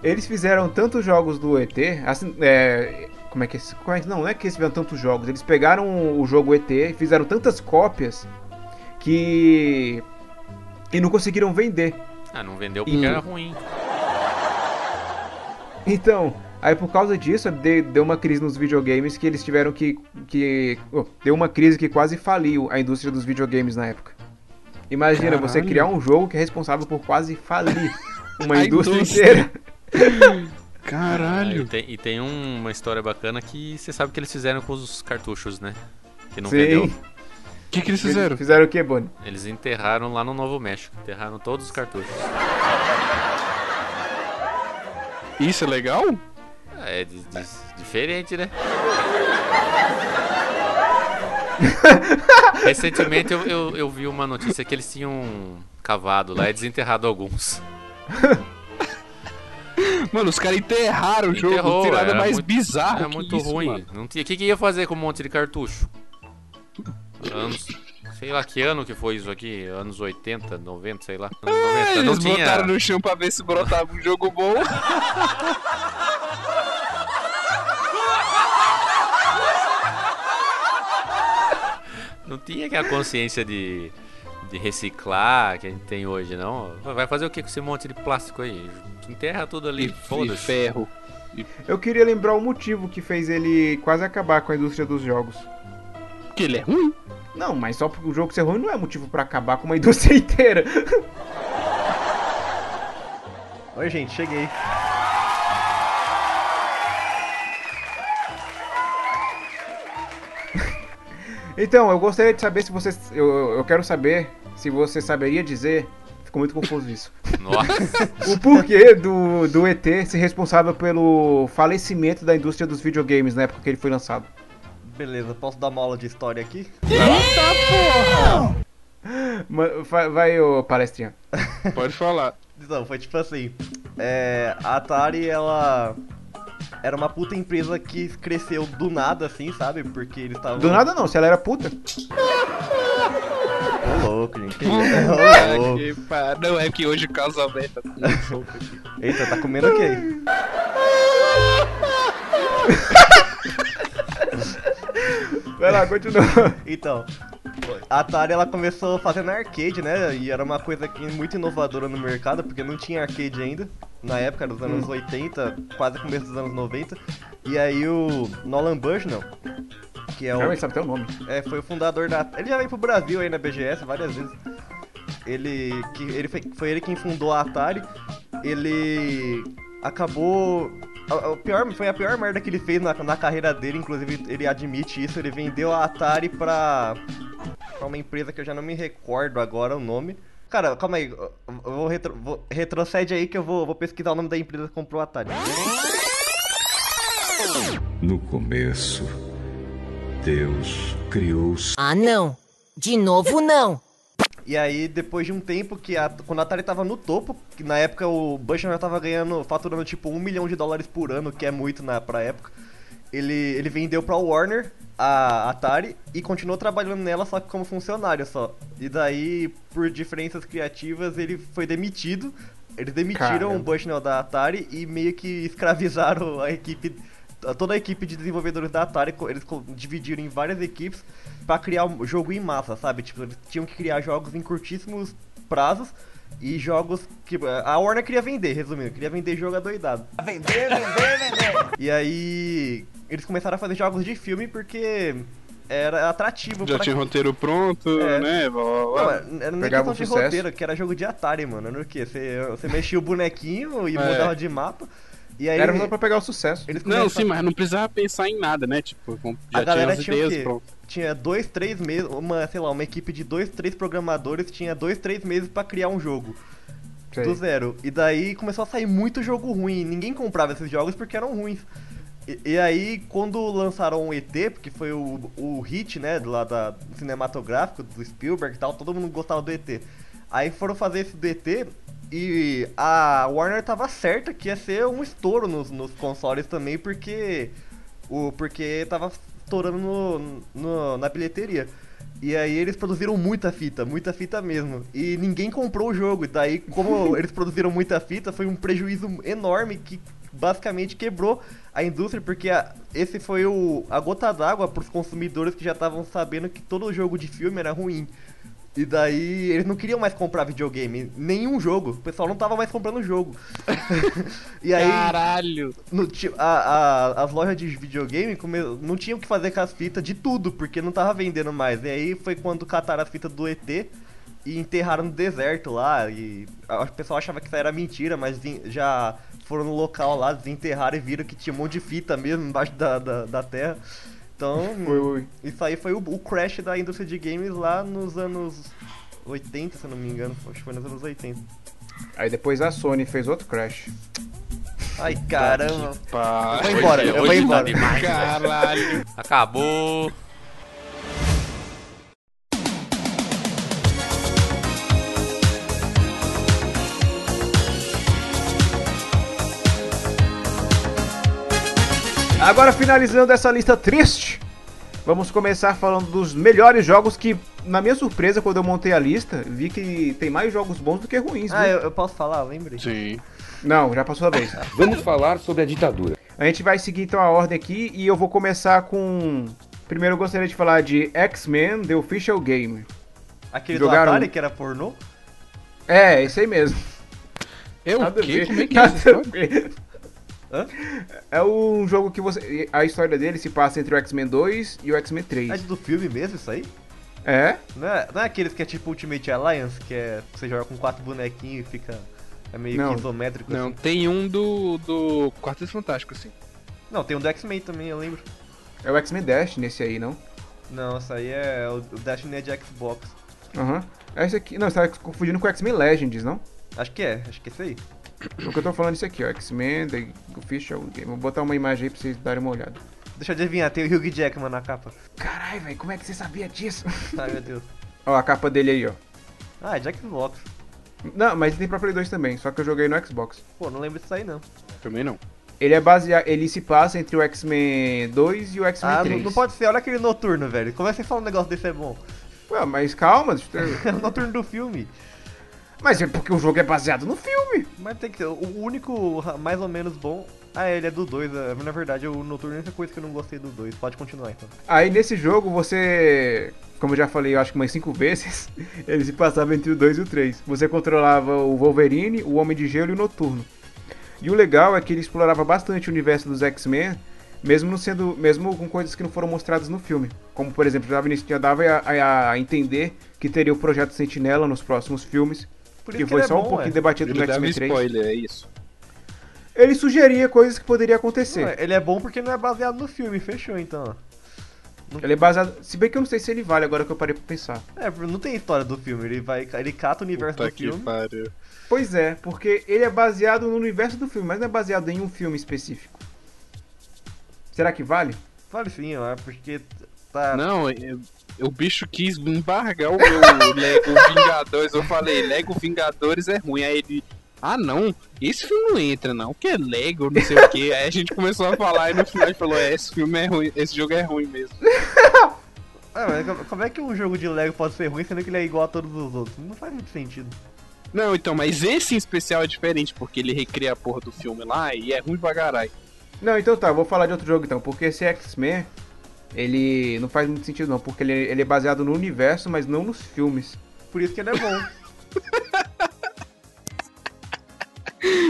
Speaker 1: eles fizeram tantos jogos do ET, assim, é, como é que é, como é que- não, não é que eles fizeram tantos jogos, eles pegaram o jogo ET e fizeram tantas cópias que e não conseguiram vender.
Speaker 3: Ah, não vendeu porque
Speaker 2: Hum.
Speaker 3: era ruim.
Speaker 1: Então, aí por causa disso, de- deu uma crise nos videogames que eles tiveram que. que oh, deu uma crise que quase faliu a indústria dos videogames na época. Imagina
Speaker 2: Caralho.
Speaker 1: você criar um jogo que é responsável por quase falir uma
Speaker 2: A
Speaker 1: indústria,
Speaker 2: indústria.
Speaker 1: inteira.
Speaker 3: Ah,
Speaker 2: Caralho.
Speaker 3: e tem, e tem um- uma história bacana que você sabe que eles fizeram com os cartuchos, né? Que não vendeu.
Speaker 1: Sim.
Speaker 2: O que, que eles fizeram?
Speaker 1: Fizeram o quê, Boni?
Speaker 3: Eles enterraram lá no Novo México. Enterraram todos os cartuchos.
Speaker 2: Isso é legal?
Speaker 3: Ah, É di- di- diferente, né? Recentemente eu, eu- eu vi uma notícia que eles tinham cavado lá e desenterrado alguns.
Speaker 2: Mano, os caras enterraram o jogo.
Speaker 3: Enterrou,
Speaker 2: não tem nada
Speaker 3: era
Speaker 2: mais
Speaker 3: muito-
Speaker 2: bizarro.
Speaker 3: Era
Speaker 2: que
Speaker 3: muito
Speaker 2: isso,
Speaker 3: ruim.
Speaker 2: mano.
Speaker 3: Não tinha- O que, que ia fazer com um monte de cartucho? Anos. Sei lá que ano que foi isso aqui. Anos 80, 90, sei lá. Anos 90. Não
Speaker 2: É, Eles
Speaker 3: tinha.
Speaker 2: botaram no chão pra ver se brotava um jogo bom.
Speaker 3: Não tinha aquela consciência de, de reciclar que a gente tem hoje, não. Vai fazer o que com esse monte de plástico aí? Enterra tudo ali,
Speaker 2: de
Speaker 3: foda-se.
Speaker 2: ferro.
Speaker 1: Eu queria lembrar o motivo que fez ele quase acabar com a indústria dos jogos.
Speaker 2: Porque ele é ruim.
Speaker 1: Não, mas só porque o jogo ser ruim não é motivo pra acabar com uma indústria inteira.
Speaker 8: Oi, gente, cheguei.
Speaker 1: Então, eu gostaria de saber se você. Eu, eu quero saber se você saberia dizer. Ficou muito confuso isso.
Speaker 3: Nossa,
Speaker 1: O porquê do, do ET ser responsável pelo falecimento da indústria dos videogames na época que ele foi lançado.
Speaker 8: Beleza, posso dar uma aula de história aqui?
Speaker 1: Ma- fa- Vai, ô palestrinha.
Speaker 2: Pode falar.
Speaker 8: Então, foi tipo assim. é, a Atari, ela. Era uma puta empresa que cresceu do nada, assim, sabe? Porque eles estavam.
Speaker 1: Do nada não, se ela era puta.
Speaker 8: Ô, louco, gente. que isso? É, Ô, louco.
Speaker 2: É, Que pa- Não, é que hoje o casamento tá com sopa aqui.
Speaker 8: Eita, tá comendo o quê?
Speaker 1: Vai lá, continua.
Speaker 8: Então. A Atari ela começou fazendo arcade, né? E era uma coisa que muito inovadora no mercado, porque não tinha arcade ainda. Na época, nos
Speaker 1: Hum.
Speaker 8: anos 80, quase começo dos anos 90. E aí o Nolan Bushnell, que é o
Speaker 1: Realmente sabe até o nome.
Speaker 8: É, foi o fundador da. Ele já veio pro Brasil aí na BGS várias vezes. Ele. Que, ele foi, foi ele quem fundou a Atari. Ele acabou. a- a- O pior, foi a pior merda que ele fez na, na carreira dele, inclusive ele admite isso. Ele vendeu a Atari pra, pra uma empresa que eu já não me recordo agora o nome. Cara, calma aí, eu eu vou, retro- vou- retrocede aí que eu vou, vou pesquisar o nome da empresa que comprou a Atari.
Speaker 4: No começo, Deus criou o
Speaker 9: Ah, não. De novo, não.
Speaker 8: E aí, depois de um tempo que a, quando a Atari tava no topo, que na época o Bush já tava ganhando, faturando tipo um milhão de dólares por ano, que é muito na, pra época, ele, ele vendeu pra Warner a Atari e continuou trabalhando nela, só que como funcionário só. E daí, por diferenças criativas, ele foi demitido. Eles demitiram
Speaker 1: Caramba.
Speaker 8: o Bushnell um da Atari e meio que escravizaram a equipe, a- toda a equipe de desenvolvedores da Atari. co- Eles co- dividiram em várias equipes pra criar um jogo em massa, sabe? Tipo, eles tinham que criar jogos em curtíssimos prazos e jogos que. A Warner queria vender, resumindo, queria vender jogo adoidado. E aí eles começaram a fazer jogos de filme porque era atrativo
Speaker 2: Já
Speaker 8: pra
Speaker 2: tinha roteiro pronto,
Speaker 8: É.
Speaker 2: né? Blá, blá,
Speaker 8: não,
Speaker 2: blá.
Speaker 8: era não era nem
Speaker 1: Pegava
Speaker 8: questão
Speaker 1: um
Speaker 8: de
Speaker 1: sucesso.
Speaker 8: roteiro, que era jogo de Atari, mano. Era o quê? Você, você mexia o bonequinho e
Speaker 2: É.
Speaker 8: mudava de mapa. E aí
Speaker 1: Era só pra pegar o sucesso.
Speaker 8: eles começaram,
Speaker 2: Não, sim, mas não precisava pensar em nada, né? Tipo, com-
Speaker 8: A
Speaker 2: já tinha
Speaker 8: galera
Speaker 2: as
Speaker 8: tinha o
Speaker 2: ideias
Speaker 8: quê?
Speaker 2: prontas.
Speaker 8: Tinha dois, três meses, uma, sei lá, uma equipe de dois, três programadores tinha dois, três meses pra criar um jogo.
Speaker 1: Sei.
Speaker 8: né? Do zero. E daí começou a sair muito jogo ruim. Ninguém comprava esses jogos porque eram ruins. E, e aí, quando lançaram o ET, porque foi o, o hit, né, do lá da cinematográfico, do Spielberg e tal, todo mundo gostava do ET. Aí foram fazer esse do ET e a Warner tava certa que ia ser um estouro nos, nos consoles também, porque. O, porque tava estourando no- no- na bilheteria. E aí eles produziram muita fita, muita fita mesmo. E ninguém comprou o jogo. E daí, como eles produziram muita fita, foi um prejuízo enorme que basicamente quebrou a indústria, porque a- esse foi o, a gota d'água pros consumidores que já estavam sabendo que todo jogo de filme era ruim. E daí eles não queriam mais comprar videogame, nenhum jogo. O pessoal não tava mais comprando jogo. e aí
Speaker 2: Caralho!
Speaker 8: no ti- a- a- as lojas de videogame come- não tinham o que fazer com as fitas de tudo, porque não tava vendendo mais. E aí foi quando cataram as fitas do ET e enterraram no deserto lá. E a- o pessoal achava que isso era mentira, mas vim- já foram no local lá, desenterraram e viram que tinha um monte de fita mesmo embaixo da, da, da terra. Então,
Speaker 1: Ui, ui.
Speaker 8: isso aí foi o, o crash da indústria de games lá nos anos 80, se eu não me engano. Acho que foi nos anos 80.
Speaker 1: Aí depois a Sony fez outro Crash.
Speaker 8: Ai, caramba.
Speaker 2: Pá.
Speaker 8: Eu vou embora,
Speaker 3: Hoje-
Speaker 8: eu vou
Speaker 3: hoje tá
Speaker 8: embora.
Speaker 3: demais, velho.
Speaker 2: Caralho!
Speaker 3: Acabou.
Speaker 1: Agora finalizando essa lista triste, vamos começar falando dos melhores jogos que, na minha surpresa, quando eu montei a lista, vi que tem mais jogos bons do que ruins.
Speaker 8: Ah,
Speaker 1: viu?
Speaker 8: eu, eu posso falar? Lembrei.
Speaker 2: Sim.
Speaker 1: Não, já passou a vez.
Speaker 7: Vamos falar sobre a ditadura.
Speaker 1: A gente vai seguir então a ordem aqui e eu vou começar com. Primeiro eu gostaria de falar de X-Men The Official Game.
Speaker 8: Aquele
Speaker 1: Jogaram-
Speaker 8: do Atari que era pornô?
Speaker 1: É, esse aí mesmo.
Speaker 2: Eu?
Speaker 1: Nada a
Speaker 2: quê?
Speaker 1: ver,
Speaker 2: Como é que é?
Speaker 1: nada
Speaker 2: essa
Speaker 1: a
Speaker 2: história?
Speaker 1: ver.
Speaker 8: Hã?
Speaker 1: É um jogo que você. A história dele se passa entre o X-Men 2 e o X-Men 3.
Speaker 8: É do filme mesmo isso aí?
Speaker 1: É?
Speaker 8: Não é, não é aqueles que é tipo Ultimate Alliance, que é você joga com quatro bonequinhos e fica é meio
Speaker 1: Não.
Speaker 8: que isométrico
Speaker 2: Não,
Speaker 8: assim.
Speaker 2: tem um do, do Quarteto Fantástico, assim.
Speaker 8: Não, tem um do X-Men também, eu lembro.
Speaker 1: É o X-Men Dash nesse aí, não?
Speaker 8: Não, isso aí é o, o Destiny é de Xbox.
Speaker 1: Aham. É esse aqui. Não, você tá confundindo com o X-Men Legends, não?
Speaker 8: Acho que é, acho que é esse aí.
Speaker 1: O que eu tô falando é isso aqui, ó. X-Men The Official Game. Vou botar uma imagem aí pra vocês darem uma olhada.
Speaker 8: Deixa eu adivinhar, tem o Hugh Jackman na capa.
Speaker 1: Caralho, velho, como é que você sabia disso?
Speaker 8: Ai meu Deus.
Speaker 1: ó, a capa dele aí, ó.
Speaker 8: Ah, é de Xbox.
Speaker 1: Não, mas tem pra Play 2 também, só que eu joguei no Xbox.
Speaker 8: Pô, não lembro disso aí não.
Speaker 2: Também não.
Speaker 1: Ele é baseado. Ele se passa entre o X-Men 2 e o X-Men
Speaker 8: Ah, não,
Speaker 1: 3.
Speaker 8: não pode ser, olha aquele noturno, velho. Como é que você fala um negócio desse é bom?
Speaker 1: Ué, mas calma, deixa eu-
Speaker 8: É o noturno do filme.
Speaker 1: Mas é porque o jogo é baseado no filme.
Speaker 8: Mas tem que ser. O único ra- mais ou menos bom. Ah, é, ele é do 2. Na verdade, o Noturno é a única coisa que eu não gostei do 2. Pode continuar então.
Speaker 1: Aí nesse jogo você. Como eu já falei, eu acho que umas cinco vezes, ele se passava entre o 2 e o 3. Você controlava o Wolverine, o Homem de Gelo e o Noturno. E o legal é que ele explorava bastante o universo dos X-Men, mesmo não sendo. mesmo com coisas que não foram mostradas no filme. Como por exemplo, já dava, início- já dava a, a- a entender que teria o projeto Sentinela nos próximos filmes.
Speaker 8: Por
Speaker 1: Que
Speaker 8: isso que
Speaker 1: foi
Speaker 8: ele é
Speaker 1: só um
Speaker 8: bom,
Speaker 1: pouquinho
Speaker 8: ué.
Speaker 1: debatido no
Speaker 2: Ele dava
Speaker 1: X-Men 3.
Speaker 2: spoiler, é isso.
Speaker 1: Ele sugeria coisas que poderiam
Speaker 8: Não,
Speaker 1: acontecer.
Speaker 8: ele é bom porque não é baseado no filme, fechou então.
Speaker 1: Ele é baseado. Se bem que eu não sei se ele vale agora que eu parei pra pensar.
Speaker 8: É, não tem história do filme, ele vai. Ele cata o universo
Speaker 2: Puta
Speaker 8: do
Speaker 2: que
Speaker 8: filme.
Speaker 2: pariu.
Speaker 1: Pois é, porque ele é baseado no universo do filme, mas não é baseado em um filme específico. Será que vale?
Speaker 8: Vale sim, assim, ó, porque. Tá.
Speaker 2: Não, é- é- o bicho quis embargar o meu Lego Vingadores. Eu falei, Lego Vingadores é ruim. Aí ele, ah não, esse filme não entra não, porque é Lego, não sei o que. Aí a gente começou a falar e no final ele falou, é, esse filme é ruim, esse jogo é ruim mesmo.
Speaker 8: Ah, mas como- como é que um jogo de Lego pode ser ruim sendo que ele é igual a todos os outros? Não faz muito sentido.
Speaker 2: Não, então, mas esse em especial é diferente, porque ele recria a porra do filme lá e é ruim pra caralho.
Speaker 1: Não, então tá, eu vou falar de outro jogo então, porque esse X-Men, ele não faz muito sentido não, porque ele, ele é baseado no universo, mas não nos filmes.
Speaker 8: Por isso que ele é bom.
Speaker 1: Deixa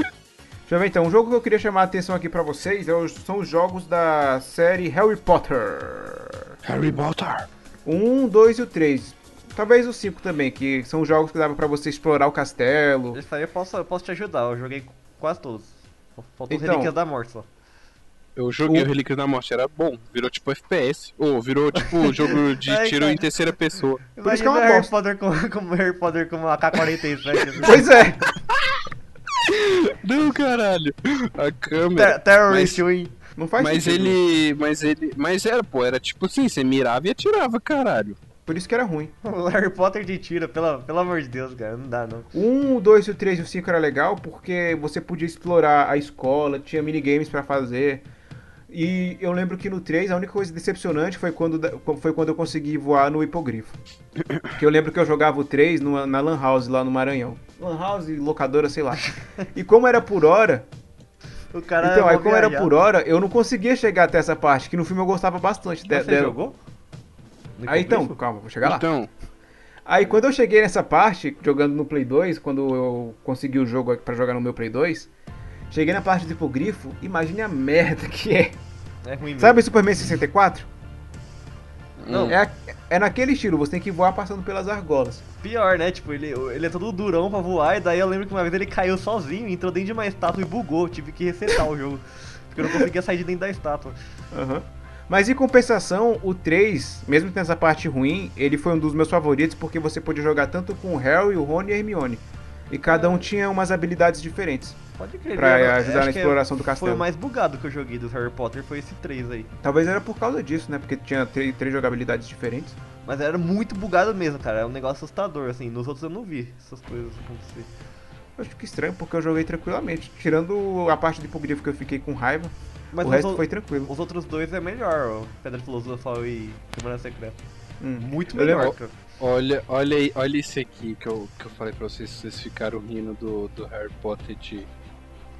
Speaker 1: eu ver então, um jogo que eu queria chamar a atenção aqui pra vocês é os- são os jogos da série Harry Potter.
Speaker 2: Harry Potter.
Speaker 1: O 1, 2 e o 3. Talvez o 5 também, que são jogos que dava pra você explorar o castelo.
Speaker 8: Isso aí eu posso, eu posso te ajudar, eu joguei quase todos. Faltou
Speaker 1: Então.
Speaker 8: então, Relíquias da Morte só.
Speaker 2: Eu joguei
Speaker 1: O-
Speaker 2: o Relíquia da Morte, era bom, virou tipo FPS, ou virou tipo jogo de
Speaker 8: Ai,
Speaker 2: tiro
Speaker 8: cara.
Speaker 2: em terceira pessoa.
Speaker 1: Por isso que é uma
Speaker 8: Imagina Harry
Speaker 1: bosta.
Speaker 8: Potter com, com Harry Potter com uma AK-47.
Speaker 1: Pois é!
Speaker 2: Não, caralho, a câmera...
Speaker 1: é,
Speaker 8: Ter-
Speaker 2: Mas-
Speaker 8: Terrorist Wing.
Speaker 1: Não Tá, faz
Speaker 2: mas
Speaker 1: sentido.
Speaker 2: ele. Mas ele. Mas era, pô, era tipo assim, você mirava e atirava, caralho.
Speaker 1: Por isso que era ruim.
Speaker 8: um, O Harry Potter de tira, pela, pelo amor de Deus, cara, não dá não.
Speaker 1: O 1, o 2, o 3 Um, e o 5 era legal porque você podia explorar a escola, tinha minigames pra fazer. E eu lembro que no 3 a única coisa decepcionante foi quando, da- foi quando eu consegui voar no hipogrifo. Que eu lembro que eu jogava o 3 numa- na Lan House lá no Maranhão. Lan House, locadora, sei lá. E como era por hora,
Speaker 8: O cara
Speaker 1: então,
Speaker 8: é
Speaker 1: aí
Speaker 8: mó
Speaker 1: como era
Speaker 8: viajado.
Speaker 1: por hora, eu não conseguia chegar até essa parte, que no filme eu gostava bastante de-
Speaker 8: Você
Speaker 1: dela.
Speaker 8: jogou? No
Speaker 1: Aí então,
Speaker 8: Hipogrifo?
Speaker 1: calma, vou chegar lá.
Speaker 2: Então,
Speaker 1: Aí quando eu cheguei nessa parte, jogando no Play 2, quando eu consegui o jogo pra jogar no meu Play 2, cheguei na parte do hipogrifo, imagine a merda que é.
Speaker 8: É ruim mesmo.
Speaker 1: Sabe Superman 64?
Speaker 8: Não,
Speaker 1: É, é naquele estilo, você tem que voar passando pelas argolas.
Speaker 8: pior, né? Tipo, ele, ele é todo durão pra voar, e daí eu lembro que uma vez ele caiu sozinho, entrou dentro de uma estátua e bugou. Tive que resetar o jogo. Porque eu não conseguia sair de dentro da estátua.
Speaker 1: Mas em compensação, o 3, mesmo tendo essa parte ruim, ele foi um dos meus favoritos porque você podia jogar tanto com o Harry, o Rony e a Hermione. E cada um tinha umas habilidades diferentes.
Speaker 8: Pode crer,
Speaker 1: Pra
Speaker 8: né?
Speaker 1: ajudar
Speaker 8: Acho
Speaker 1: na
Speaker 8: que
Speaker 1: exploração do
Speaker 8: Foi
Speaker 1: castelo.
Speaker 8: o mais bugado que eu joguei do Harry Potter, foi esse 3 aí.
Speaker 1: Talvez era por causa disso, né? Porque tinha três, três jogabilidades diferentes.
Speaker 8: Mas era muito bugado mesmo, cara. É um negócio assustador, assim. Nos outros eu não vi essas coisas acontecer.
Speaker 1: Eu acho que estranho, porque eu joguei tranquilamente. Tirando a parte do hipogrifo que eu fiquei com raiva,
Speaker 8: Mas
Speaker 1: o
Speaker 8: nos
Speaker 1: resto
Speaker 8: ou-
Speaker 1: foi tranquilo.
Speaker 8: Os outros dois é melhor, ó. Pedra Filosofal e Câmara Secreta.
Speaker 1: Hum.
Speaker 8: Muito
Speaker 1: Eu
Speaker 8: melhor,
Speaker 1: lembro-
Speaker 8: cara.
Speaker 2: olha, olha, aí- olha esse aqui que eu, que eu falei pra vocês, vocês ficaram rindo do, do Harry Potter de.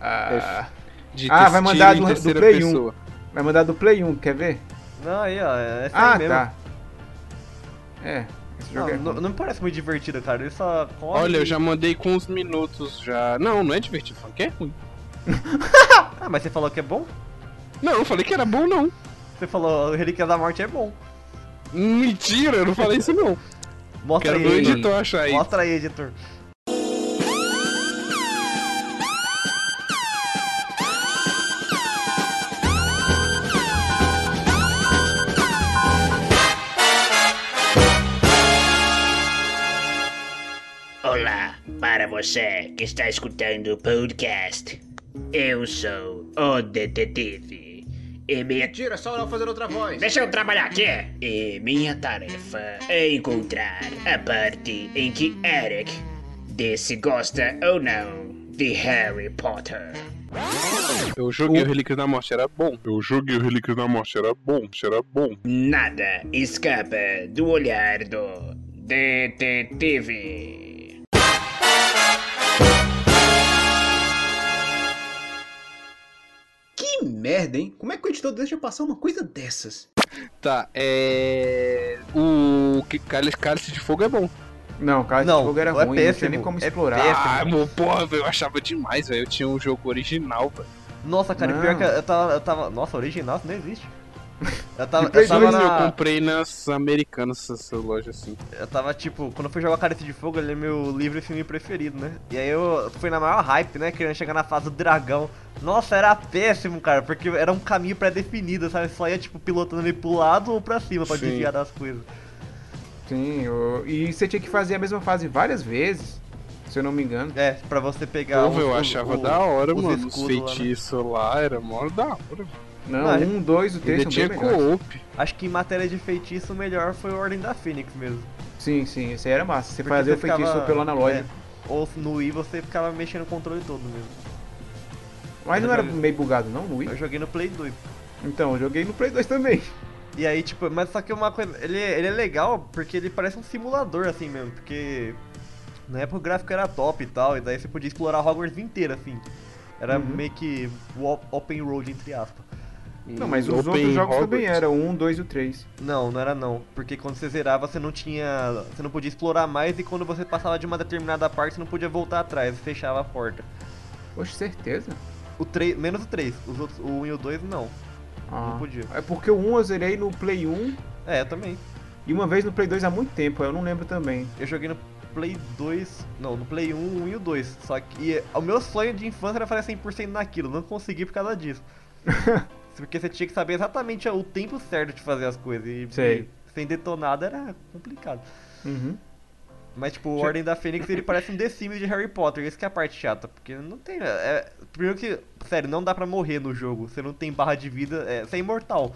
Speaker 1: Ah,
Speaker 2: de
Speaker 1: Ah, vai
Speaker 2: tiro
Speaker 1: mandar
Speaker 2: em
Speaker 1: do- do
Speaker 2: terceira
Speaker 1: Play um.
Speaker 2: pessoa.
Speaker 1: vai mandar do Play 1, quer ver?
Speaker 8: Não, aí, ó. É essa
Speaker 1: ah,
Speaker 8: aí mesmo.
Speaker 1: tá. É, esse jogo é.
Speaker 8: Não, não,
Speaker 1: ruim.
Speaker 8: não me parece muito divertido, cara. Ele só corre.
Speaker 2: Olha, eu
Speaker 8: e-
Speaker 2: já mandei com uns minutos já. Não, não é divertido, falando que é ruim.
Speaker 8: Ah, mas você falou que é bom?
Speaker 2: Não, eu falei que era bom, não.
Speaker 8: Você falou Relíquia da Morte é bom.
Speaker 2: Mentira, eu não falei isso não.
Speaker 8: Mostra
Speaker 2: Quero ver
Speaker 8: aí,
Speaker 2: o
Speaker 8: editor.
Speaker 2: editor achar aí.
Speaker 8: Mostra aí, editor.
Speaker 10: Olá, para você que está escutando o podcast. Eu sou o detetive. E minha...
Speaker 1: Tira, só não fazendo outra voz.
Speaker 10: Deixa eu trabalhar aqui! E minha tarefa é encontrar a parte em que Eric diz se gosta ou não de Harry Potter.
Speaker 2: Eu joguei o Relíquia da Morte, era bom. Eu joguei o Relíquia da Morte, era bom, era bom.
Speaker 10: Nada escapa do olhar do detetive.
Speaker 11: Que merda, hein? Como é que o editor deixa passar uma coisa dessas?
Speaker 2: Tá, é. O que- Cálice, Cálice de Fogo é bom.
Speaker 1: Não, cara, esse
Speaker 8: Não,
Speaker 1: jogo era
Speaker 8: é
Speaker 1: ruim, não tinha
Speaker 8: péssimo,
Speaker 1: nem como
Speaker 8: é
Speaker 1: explorar.
Speaker 8: péssimo.
Speaker 2: Ah, meu porra, velho, eu achava demais, velho. Eu tinha um jogo original, velho.
Speaker 8: Nossa, cara, e
Speaker 1: Não.
Speaker 8: pior que eu tava, eu tava. Nossa, original isso não existe. Eu tava, eu
Speaker 2: Depois
Speaker 8: tava
Speaker 2: eu
Speaker 8: na.
Speaker 2: comprei nas americanas, essas lojas assim.
Speaker 8: Eu tava tipo, quando eu fui jogar Cálice de Fogo, ele é meu livro e filme preferido, né? E aí eu fui na maior hype, né? Querendo chegar na fase do dragão. Nossa, era péssimo, cara, porque era um caminho pré-definido, sabe? Só ia tipo pilotando ele pro lado ou pra cima pra
Speaker 2: Sim.
Speaker 8: desviar das coisas.
Speaker 1: Sim, eu- e você tinha que fazer a mesma fase várias vezes, se eu não me engano.
Speaker 8: É, pra você pegar.
Speaker 2: Pô,
Speaker 8: os-
Speaker 2: eu
Speaker 8: os-
Speaker 2: achava
Speaker 8: o-
Speaker 2: da hora,
Speaker 8: os
Speaker 2: mano. Os
Speaker 8: escudos lá, né?
Speaker 2: feitiços lá, era mó da hora.
Speaker 1: Não,
Speaker 8: Ah, ele-
Speaker 1: um, dois, o três
Speaker 2: Ele
Speaker 1: são
Speaker 2: tinha
Speaker 1: bem melhores.
Speaker 2: co-op.
Speaker 8: Acho que em matéria de feitiço, o melhor foi o Ordem da Fênix mesmo.
Speaker 1: Sim, sim, esse aí era massa. Você
Speaker 8: Porque
Speaker 1: fazia o
Speaker 8: ficava-
Speaker 1: feitiço pelo analógico.
Speaker 8: é, ou no Wii você ficava mexendo o controle todo mesmo.
Speaker 1: Mas não era
Speaker 8: Mas eu-
Speaker 1: meio bugado, não, Luiz?
Speaker 8: Eu joguei no Play 2.
Speaker 1: Então, eu joguei no Play 2 também.
Speaker 8: E aí, tipo, mas só que uma coisa. Ele, ele é legal porque ele parece um simulador assim mesmo. Porque na época o gráfico era top e tal. E daí você podia explorar Hogwarts inteira assim. Era meio que o op- open road, entre aspas.
Speaker 1: Não, mas os
Speaker 2: Um Open
Speaker 1: outros jogos também
Speaker 2: Hogwarts.
Speaker 1: eram o 1, 2 e o 3.
Speaker 8: Não, não era não. Porque quando você zerava, você não tinha. Você não podia explorar mais. E quando você passava de uma determinada parte, você não podia voltar atrás. Fechava a porta.
Speaker 1: Poxa, certeza?
Speaker 8: O 3, menos o 3. Os outros, o 1 e o 2, não.
Speaker 1: Ah.
Speaker 8: Não podia.
Speaker 1: É porque o 1 eu zerei no Play 1
Speaker 8: É, eu também.
Speaker 1: e uma vez no Play 2 há muito tempo, eu não lembro também.
Speaker 8: Eu joguei no Play 2. Não, no Play 1, 1 e o 2. Só que e, o meu sonho de infância era fazer 100% naquilo. Não consegui por causa disso. Porque você tinha que saber exatamente o tempo certo de fazer as coisas. E,
Speaker 1: Sei.
Speaker 8: e sem detonada era complicado.
Speaker 1: Uhum.
Speaker 8: Mas, tipo, o Ordem da Fênix, ele parece um The Sims de Harry Potter. Isso que é a parte chata, porque não tem... É, primeiro que, sério, não dá pra morrer no jogo. Você não tem barra de vida, é, você é imortal.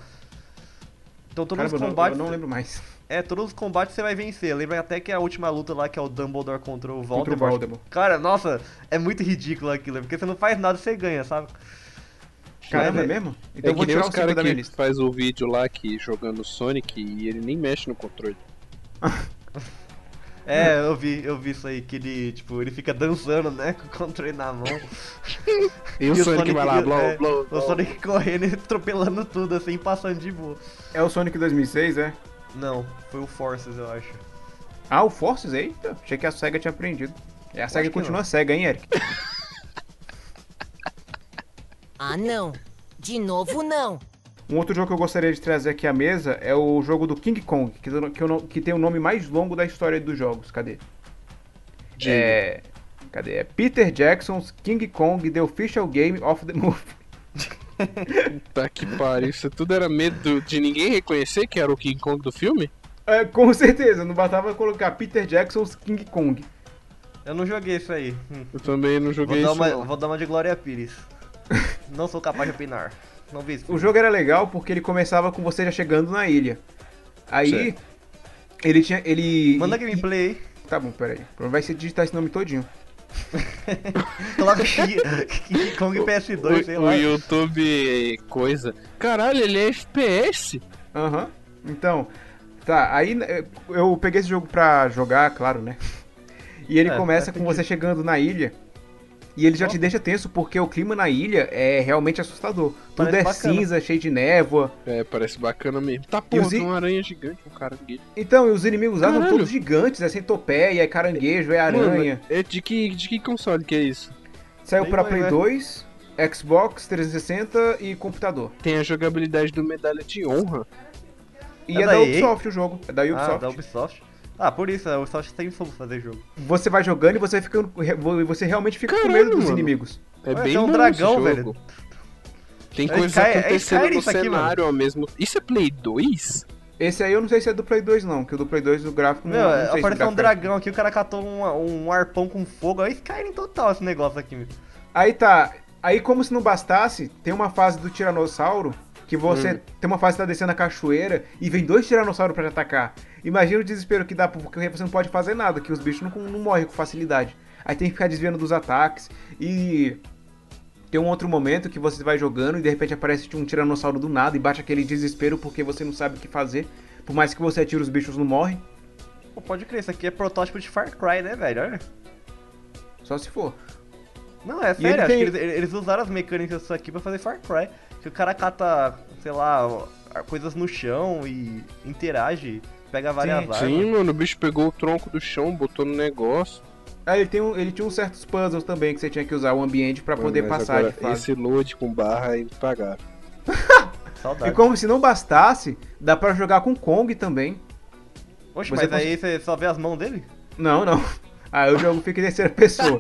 Speaker 8: Então todos
Speaker 1: Caramba, eu
Speaker 8: os
Speaker 1: não-
Speaker 8: combates...
Speaker 1: eu não lembro mais.
Speaker 8: É, todos os combates você vai vencer. Lembra até que a última luta lá, que é o Dumbledore contra o Voldemort.
Speaker 1: Voldemort.
Speaker 8: Cara, nossa, é muito ridículo aquilo. Porque você não faz nada, você ganha, sabe?
Speaker 1: Caramba,
Speaker 8: Mas
Speaker 1: é mesmo?
Speaker 2: é que nem os caras que faz o vídeo lá que jogando Sonic e ele nem mexe no controle.
Speaker 8: É, eu vi, eu vi isso aí, que ele, tipo, ele fica dançando, né, com o controle na mão.
Speaker 2: E o Sonic vai lá, blow,
Speaker 8: é,
Speaker 2: blow,
Speaker 8: O
Speaker 2: blow.
Speaker 8: Sonic correndo e atropelando tudo, assim, passando de boa.
Speaker 1: É o Sonic 2006, é?
Speaker 8: Não, foi o Forces, eu acho.
Speaker 1: Ah, o Forces? Eita, achei que a SEGA tinha aprendido. E a SEGA
Speaker 8: que
Speaker 1: continua
Speaker 8: não.
Speaker 1: cega, hein, Eric?
Speaker 9: Ah, não. De novo, não.
Speaker 1: Um outro jogo que eu gostaria de trazer aqui à mesa é o jogo do King Kong, que, eu não- que eu não- que tem o nome mais longo da história dos jogos. Cadê?
Speaker 2: Diga.
Speaker 1: É. Cadê? É Peter Jackson's King Kong The Official Game of the Movie.
Speaker 2: Tá que pariu, isso tudo era medo de ninguém reconhecer que era o King Kong do filme?
Speaker 1: É, com certeza, não bastava colocar Peter Jackson's King Kong.
Speaker 8: Eu não joguei isso aí. Hum.
Speaker 2: Eu também não
Speaker 8: Vou
Speaker 2: joguei
Speaker 8: dar,
Speaker 2: isso.
Speaker 8: uma,
Speaker 2: não.
Speaker 8: vou dar uma de Glória Pires. não sou capaz de opinar. Não vi isso.
Speaker 1: O jogo era legal porque ele começava com você já chegando na ilha. Aí
Speaker 8: Certo.
Speaker 1: ele tinha. ele.
Speaker 8: Manda gameplay aí.
Speaker 1: Tá bom, peraí. Vai ser digitar esse nome todinho.
Speaker 8: Coloca King Kong PS2, sei
Speaker 2: o,
Speaker 8: um lá.
Speaker 2: o YouTube coisa. Caralho, ele é FPS?
Speaker 1: Aham. Então, tá, aí né, eu peguei esse jogo pra jogar, claro, né? E ele
Speaker 8: É,
Speaker 1: começa
Speaker 8: faz
Speaker 1: com você chegando na ilha. E ele já te deixa tenso porque o clima na ilha é realmente assustador. Tudo
Speaker 8: Parece
Speaker 1: é
Speaker 8: bacana.
Speaker 1: cinza, cheio de névoa.
Speaker 2: É, parece bacana mesmo. Tá
Speaker 1: E
Speaker 2: porra,
Speaker 1: os
Speaker 2: tem
Speaker 1: i-
Speaker 2: uma aranha gigante, um caranguejo.
Speaker 1: Então, e os inimigos lá são
Speaker 2: Caralho.
Speaker 1: todos gigantes, é centopeia, é caranguejo, é aranha.
Speaker 2: Mano, é de que, de que console que é isso?
Speaker 1: Saiu
Speaker 8: Bem
Speaker 1: pra
Speaker 8: bom,
Speaker 1: Play
Speaker 8: né?
Speaker 1: 2, Xbox 360 e computador.
Speaker 2: Tem a jogabilidade do Medalha de Honra.
Speaker 1: E
Speaker 8: É
Speaker 1: é,
Speaker 8: da
Speaker 1: da
Speaker 8: EA?
Speaker 1: Ubisoft o jogo. É da Ubisoft.
Speaker 8: Ah, da Ubisoft. Ah, por isso, a Ubisoft tem como fazer jogo.
Speaker 1: Você vai jogando e você, vai ficando, re- você realmente fica com
Speaker 2: Caralho,
Speaker 1: medo dos
Speaker 2: mano.
Speaker 1: inimigos.
Speaker 2: É
Speaker 8: Ué,
Speaker 2: bem
Speaker 8: tem um
Speaker 2: bom
Speaker 8: dragão,
Speaker 2: esse
Speaker 8: velho.
Speaker 2: jogo. Tem
Speaker 8: É
Speaker 2: coisas
Speaker 8: Sky- é
Speaker 2: acontecendo
Speaker 8: Skyrim
Speaker 2: no
Speaker 8: isso aqui,
Speaker 2: cenário ao mesmo Isso é Play 2?
Speaker 1: Esse aí eu não sei se é do Play 2 não, que o do Play 2 o gráfico
Speaker 8: Meu,
Speaker 1: não, não sei se o
Speaker 8: apareceu um
Speaker 1: gráfico era-
Speaker 8: dragão aqui, o cara catou um, um arpão com fogo. Aí Skyrim total esse negócio aqui. meu.
Speaker 1: Aí tá, aí como se não bastasse, tem uma fase do Tiranossauro, que você
Speaker 8: Hum.
Speaker 1: tem uma fase que tá descendo a cachoeira e vem dois Tiranossauros pra te atacar. Imagina o desespero que dá, porque você não pode fazer nada, que os bichos não, não morrem com facilidade. Aí tem que ficar desviando dos ataques e... Tem um outro momento que você vai jogando e de repente aparece um tiranossauro do nada e bate aquele desespero porque você não sabe o que fazer. Por mais que você atire, os bichos não morrem.
Speaker 8: Pô, pode crer, isso aqui é protótipo de Far Cry, né, velho? Olha.
Speaker 1: Só se for.
Speaker 8: Não, é
Speaker 1: ele
Speaker 8: sério, acho
Speaker 1: tem-
Speaker 8: que eles, eles usaram as mecânicas disso aqui pra fazer Far Cry. Que o cara cata, sei lá, ó, coisas no chão e interage, pega várias
Speaker 1: Sim,
Speaker 8: armas.
Speaker 2: Sim, mano, o bicho pegou o tronco do chão, botou no negócio.
Speaker 1: Ah, ele, tem um- ele tinha uns certos puzzles também que você tinha que usar o ambiente pra poder
Speaker 2: Mano, mas
Speaker 1: passar de
Speaker 2: agora
Speaker 1: fase.
Speaker 2: Esse load com barra é aí me pagar.
Speaker 1: E
Speaker 8: Saudade.
Speaker 1: como se não bastasse, dá pra jogar com Kong também.
Speaker 8: Oxe,
Speaker 1: você
Speaker 8: mas aí você só vê as mãos dele?
Speaker 1: Não, não. Aí o jogo fica em terceira pessoa.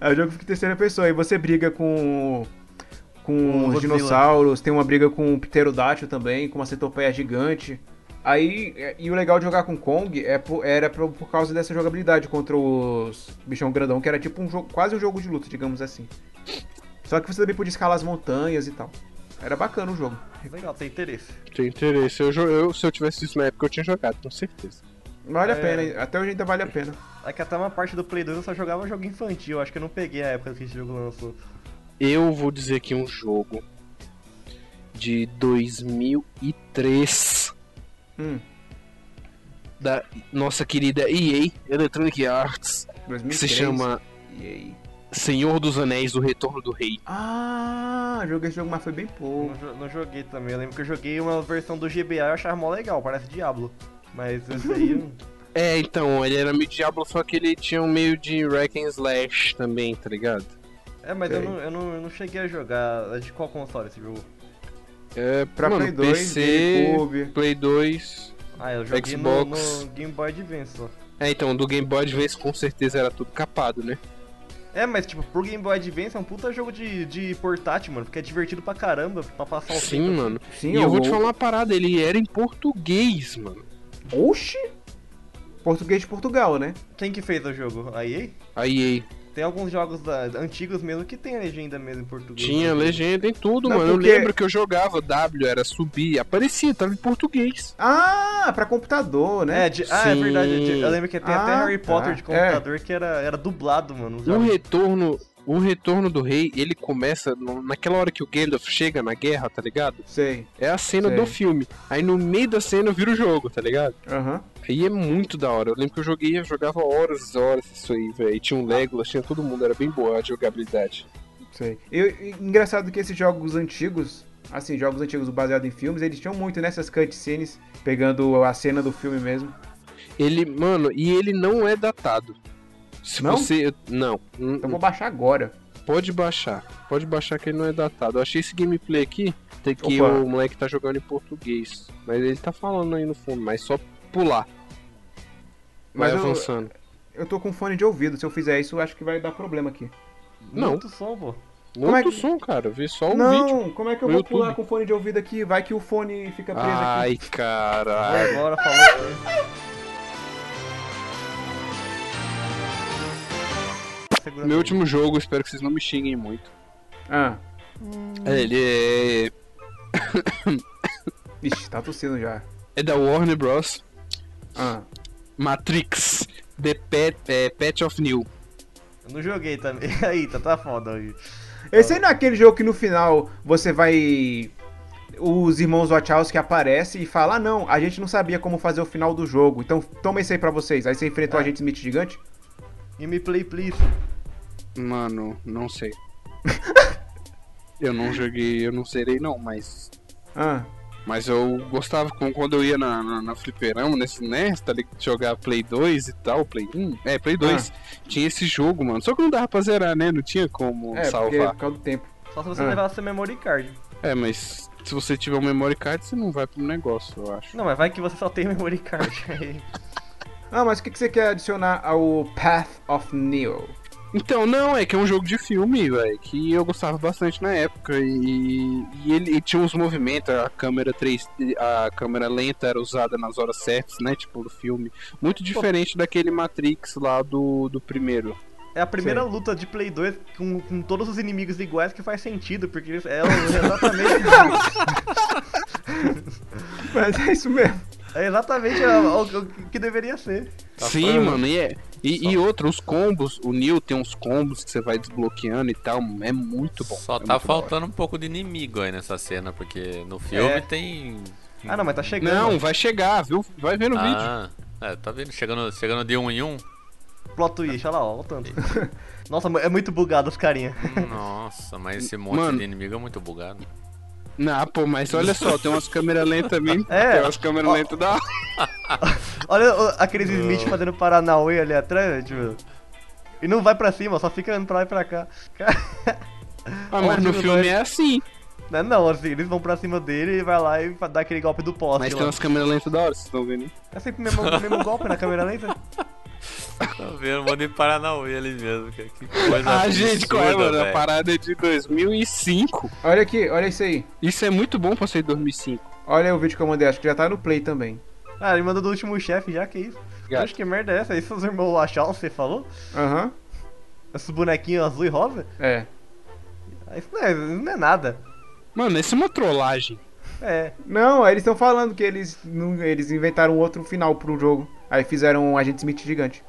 Speaker 1: Aí o jogo fica em terceira pessoa. E você briga com. Com os
Speaker 8: Godzilla.
Speaker 1: dinossauros, tem uma briga com um pterodátil também, com uma centopeia gigante. Aí, é- e o legal de jogar com Kong é po- era por, por causa dessa jogabilidade contra os bichão grandão, que era tipo um jogo, quase um jogo de luta, digamos assim. Só que você também podia escalar as montanhas e tal. Era bacana o jogo.
Speaker 8: Legal, tem interesse.
Speaker 2: Tem interesse. Eu, jo- eu- se eu tivesse isso na época, eu tinha jogado, com certeza.
Speaker 1: Vale a
Speaker 8: É.
Speaker 1: pena, hein? até hoje ainda vale a pena.
Speaker 8: É que até uma parte do Play 2 eu só jogava jogo infantil, acho que eu não peguei a época que esse jogo lançou.
Speaker 2: Eu vou dizer aqui um jogo de 2003
Speaker 1: Hum,
Speaker 2: da nossa querida EA, Electronic Arts, que
Speaker 1: 2003.
Speaker 2: se chama
Speaker 1: E aí?
Speaker 2: Senhor dos Anéis, o Retorno do Rei.
Speaker 1: Ah, joguei esse jogo, mas foi bem pouco.
Speaker 2: Hum.
Speaker 8: Não, jo- não joguei também, eu lembro que eu joguei uma versão do GBA e eu achava mó legal, parece Diablo. Mas esse aí... eu-
Speaker 2: É, então, ele era meio Diablo, só que ele tinha um meio de Rack and Slash também, tá ligado?
Speaker 8: É, mas eu
Speaker 1: Sei.
Speaker 8: não, eu, não, eu não cheguei a jogar. É de qual console esse jogo?
Speaker 2: É,
Speaker 1: Pra
Speaker 2: mano,
Speaker 1: Play 2,
Speaker 2: PC,
Speaker 1: GameCube.
Speaker 2: Play 2,
Speaker 8: Ah, eu joguei no,
Speaker 2: Xbox.
Speaker 8: no Game Boy Advance só.
Speaker 2: É, então, do Game Boy Advance com certeza era tudo capado, né?
Speaker 8: É, mas tipo, pro Game Boy Advance é um puta jogo de, de portátil, mano, porque é divertido pra caramba, pra passar o
Speaker 2: Sim,
Speaker 8: tempo.
Speaker 2: mano.
Speaker 1: Sim,
Speaker 2: E eu vou
Speaker 1: o-
Speaker 2: te falar uma parada, ele era em português, mano.
Speaker 1: Oxi! Português de Portugal, né?
Speaker 8: Quem que fez o jogo? A EA?
Speaker 2: A EA.
Speaker 8: Tem alguns jogos da- antigos mesmo que tem a legenda mesmo em português.
Speaker 2: Tinha legenda em tudo,
Speaker 8: Não,
Speaker 2: mano.
Speaker 8: porque-
Speaker 2: Eu lembro que eu jogava W, era subir, aparecia, tava em português.
Speaker 1: Ah, pra computador, né?
Speaker 8: É, de- ah, é
Speaker 2: Sim. É.
Speaker 8: verdade. de- Eu lembro que tem até
Speaker 1: Ah,
Speaker 8: Harry Potter
Speaker 1: tá.
Speaker 8: de computador que era, era dublado, mano. os
Speaker 2: O
Speaker 8: jogos.
Speaker 2: retorno, o retorno do rei, ele começa no- naquela hora que o Gandalf chega na guerra, tá ligado?
Speaker 1: Sei.
Speaker 2: É a cena
Speaker 1: Sei.
Speaker 2: do filme. Aí no meio da cena vira o jogo, tá ligado?
Speaker 1: Aham.
Speaker 2: Aí é muito da hora. Eu lembro que eu joguei, eu jogava horas e horas isso aí, velho. Tinha um Legolas, tinha todo mundo, era bem boa a jogabilidade.
Speaker 1: Sei. Eu, e- engraçado que esses jogos antigos, assim, jogos antigos baseados em filmes, eles tinham muito né, nessas cutscenes, pegando a cena do filme mesmo.
Speaker 2: Ele, mano, e ele não é datado. Se
Speaker 1: Não?
Speaker 2: você. Não. Hum,
Speaker 1: Então vou baixar agora.
Speaker 2: Pode baixar. Pode baixar que ele não é datado. Eu achei esse gameplay aqui, tem que
Speaker 1: Opa.
Speaker 2: o moleque tá jogando em português. Mas ele tá falando aí no fundo, mas só pular. Vai
Speaker 1: Mas eu-
Speaker 2: avançando.
Speaker 1: Eu tô com fone de ouvido, se eu fizer isso, eu acho que vai dar problema aqui.
Speaker 2: Não,
Speaker 8: Muito som, pô.
Speaker 1: como é
Speaker 2: muito
Speaker 1: que-
Speaker 2: som, cara. Eu vi só um
Speaker 1: não,
Speaker 2: vídeo.
Speaker 1: como é que eu
Speaker 2: no
Speaker 1: vou
Speaker 2: YouTube.
Speaker 1: pular com fone de ouvido aqui? Vai que o fone fica tá preso aqui.
Speaker 2: Ai, caralho.
Speaker 8: Vai embora, falou.
Speaker 1: É.
Speaker 8: Segura-
Speaker 2: Meu último jogo, espero que vocês não me xinguem muito.
Speaker 1: Ah,
Speaker 2: Ele é.
Speaker 1: ixi, tá tossindo já.
Speaker 2: É da Warner Bros.
Speaker 1: Ah,
Speaker 2: Matrix. The Pet, é, Patch of New.
Speaker 8: Eu não joguei também. Aí, tá, tá foda aí.
Speaker 1: Esse aí não é aquele jogo que no final você vai. Os irmãos Wachowski aparecem e falam: Ah, não, a gente não sabia como fazer o final do jogo, então toma esse aí pra vocês. Aí você enfrentou o agente Smith gigante?
Speaker 8: Gameplay, please.
Speaker 2: Mano, não sei. eu não joguei, eu não serei não, mas
Speaker 1: Ah,
Speaker 2: Mas eu gostava com- quando eu ia na, na, na fliperama, nesse Nesta, ali, jogar Play 2 e tal, Play 1. É, Play 2.
Speaker 1: Ah.
Speaker 2: Tinha esse jogo, mano. Só que não dava pra zerar, né? Não tinha como
Speaker 1: é, porque é
Speaker 2: salvar.
Speaker 1: por causa do tempo.
Speaker 8: Só se você
Speaker 1: Ah.
Speaker 8: levar seu memory card.
Speaker 2: É, mas se você tiver um memory card, você não vai pro negócio, eu acho.
Speaker 8: Não, mas vai que você só tem memory card. Aí.
Speaker 1: Ah, mas o que, que você quer adicionar ao Path of Neo?
Speaker 2: Então, não, é que é um jogo de filme, velho, que eu gostava bastante na época. E, e ele e tinha uns movimentos, a câmera 3 a câmera lenta era usada nas horas certas, né? Tipo, do filme. Muito diferente daquele Matrix lá do, do primeiro.
Speaker 8: É a primeira luta de Play 2 com, com todos os inimigos iguais que faz sentido, porque é exatamente,
Speaker 1: Mas é isso mesmo.
Speaker 8: é exatamente a- o, o que deveria ser.
Speaker 2: Sim, mano, e, é, e, e outro, os combos, o Neo tem uns combos que você vai desbloqueando e tal, é muito bom.
Speaker 3: Só
Speaker 2: é
Speaker 3: tá
Speaker 2: muito
Speaker 3: faltando um pouco de inimigo aí nessa cena, porque no filme
Speaker 8: É.
Speaker 3: tem.
Speaker 8: Ah, não, mas tá
Speaker 2: bom.
Speaker 8: chegando.
Speaker 2: Não, vai chegar, viu? Vai ver no vídeo.
Speaker 3: né, ah, é, tá vendo? Chegando, chegando de um em um.
Speaker 8: Plot twist, olha lá, ó, olha o tanto. Nossa, é muito bugado os carinha.
Speaker 3: Nossa, mas esse monte
Speaker 2: Mano.
Speaker 3: de inimigo é muito bugado.
Speaker 2: Não, pô, mas olha só, tem umas câmeras lentas mesmo.
Speaker 8: É.
Speaker 2: Tem umas câmeras
Speaker 8: Ó.
Speaker 2: lentas da.
Speaker 8: Olha o- aqueles Smith fazendo Paranauê ali atrás, tipo. E não vai pra cima, só fica andando pra lá e pra cá.
Speaker 2: Ah, mas no
Speaker 8: Ótimo,
Speaker 2: filme é assim.
Speaker 8: Não, é não, assim, eles vão pra cima dele e vai lá e dá aquele golpe do poste.
Speaker 2: Mas
Speaker 8: lá.
Speaker 2: tem umas câmeras lentas da hora, vocês estão vendo?
Speaker 8: É sempre o mesmo, o mesmo golpe na câmera lenta.
Speaker 3: Tá vendo? Manda em Paranauê ali mesmo. Que, que coisa
Speaker 2: Ah, gente, qual é,
Speaker 3: absurda,
Speaker 2: mano? A
Speaker 3: velho.
Speaker 2: parada é de 2005.
Speaker 1: Olha aqui, olha isso aí.
Speaker 2: Isso é muito bom pra ser de 2005.
Speaker 1: Olha o vídeo que eu mandei, acho que já tá no play também.
Speaker 8: Ah, ele mandou do último chefe já, que isso?
Speaker 2: Gato.
Speaker 8: Acho que merda é essa? Isso os irmãos Wachowski, você falou?
Speaker 1: Aham,
Speaker 8: Esses bonequinhos azul e rosa?
Speaker 1: é.
Speaker 8: Ah, Isso não é, isso não é nada.
Speaker 2: Mano, isso é uma trollagem.
Speaker 8: É.
Speaker 1: Não, aí eles estão falando que eles, não- eles inventaram outro final pro jogo. Aí fizeram um agente Smith gigante.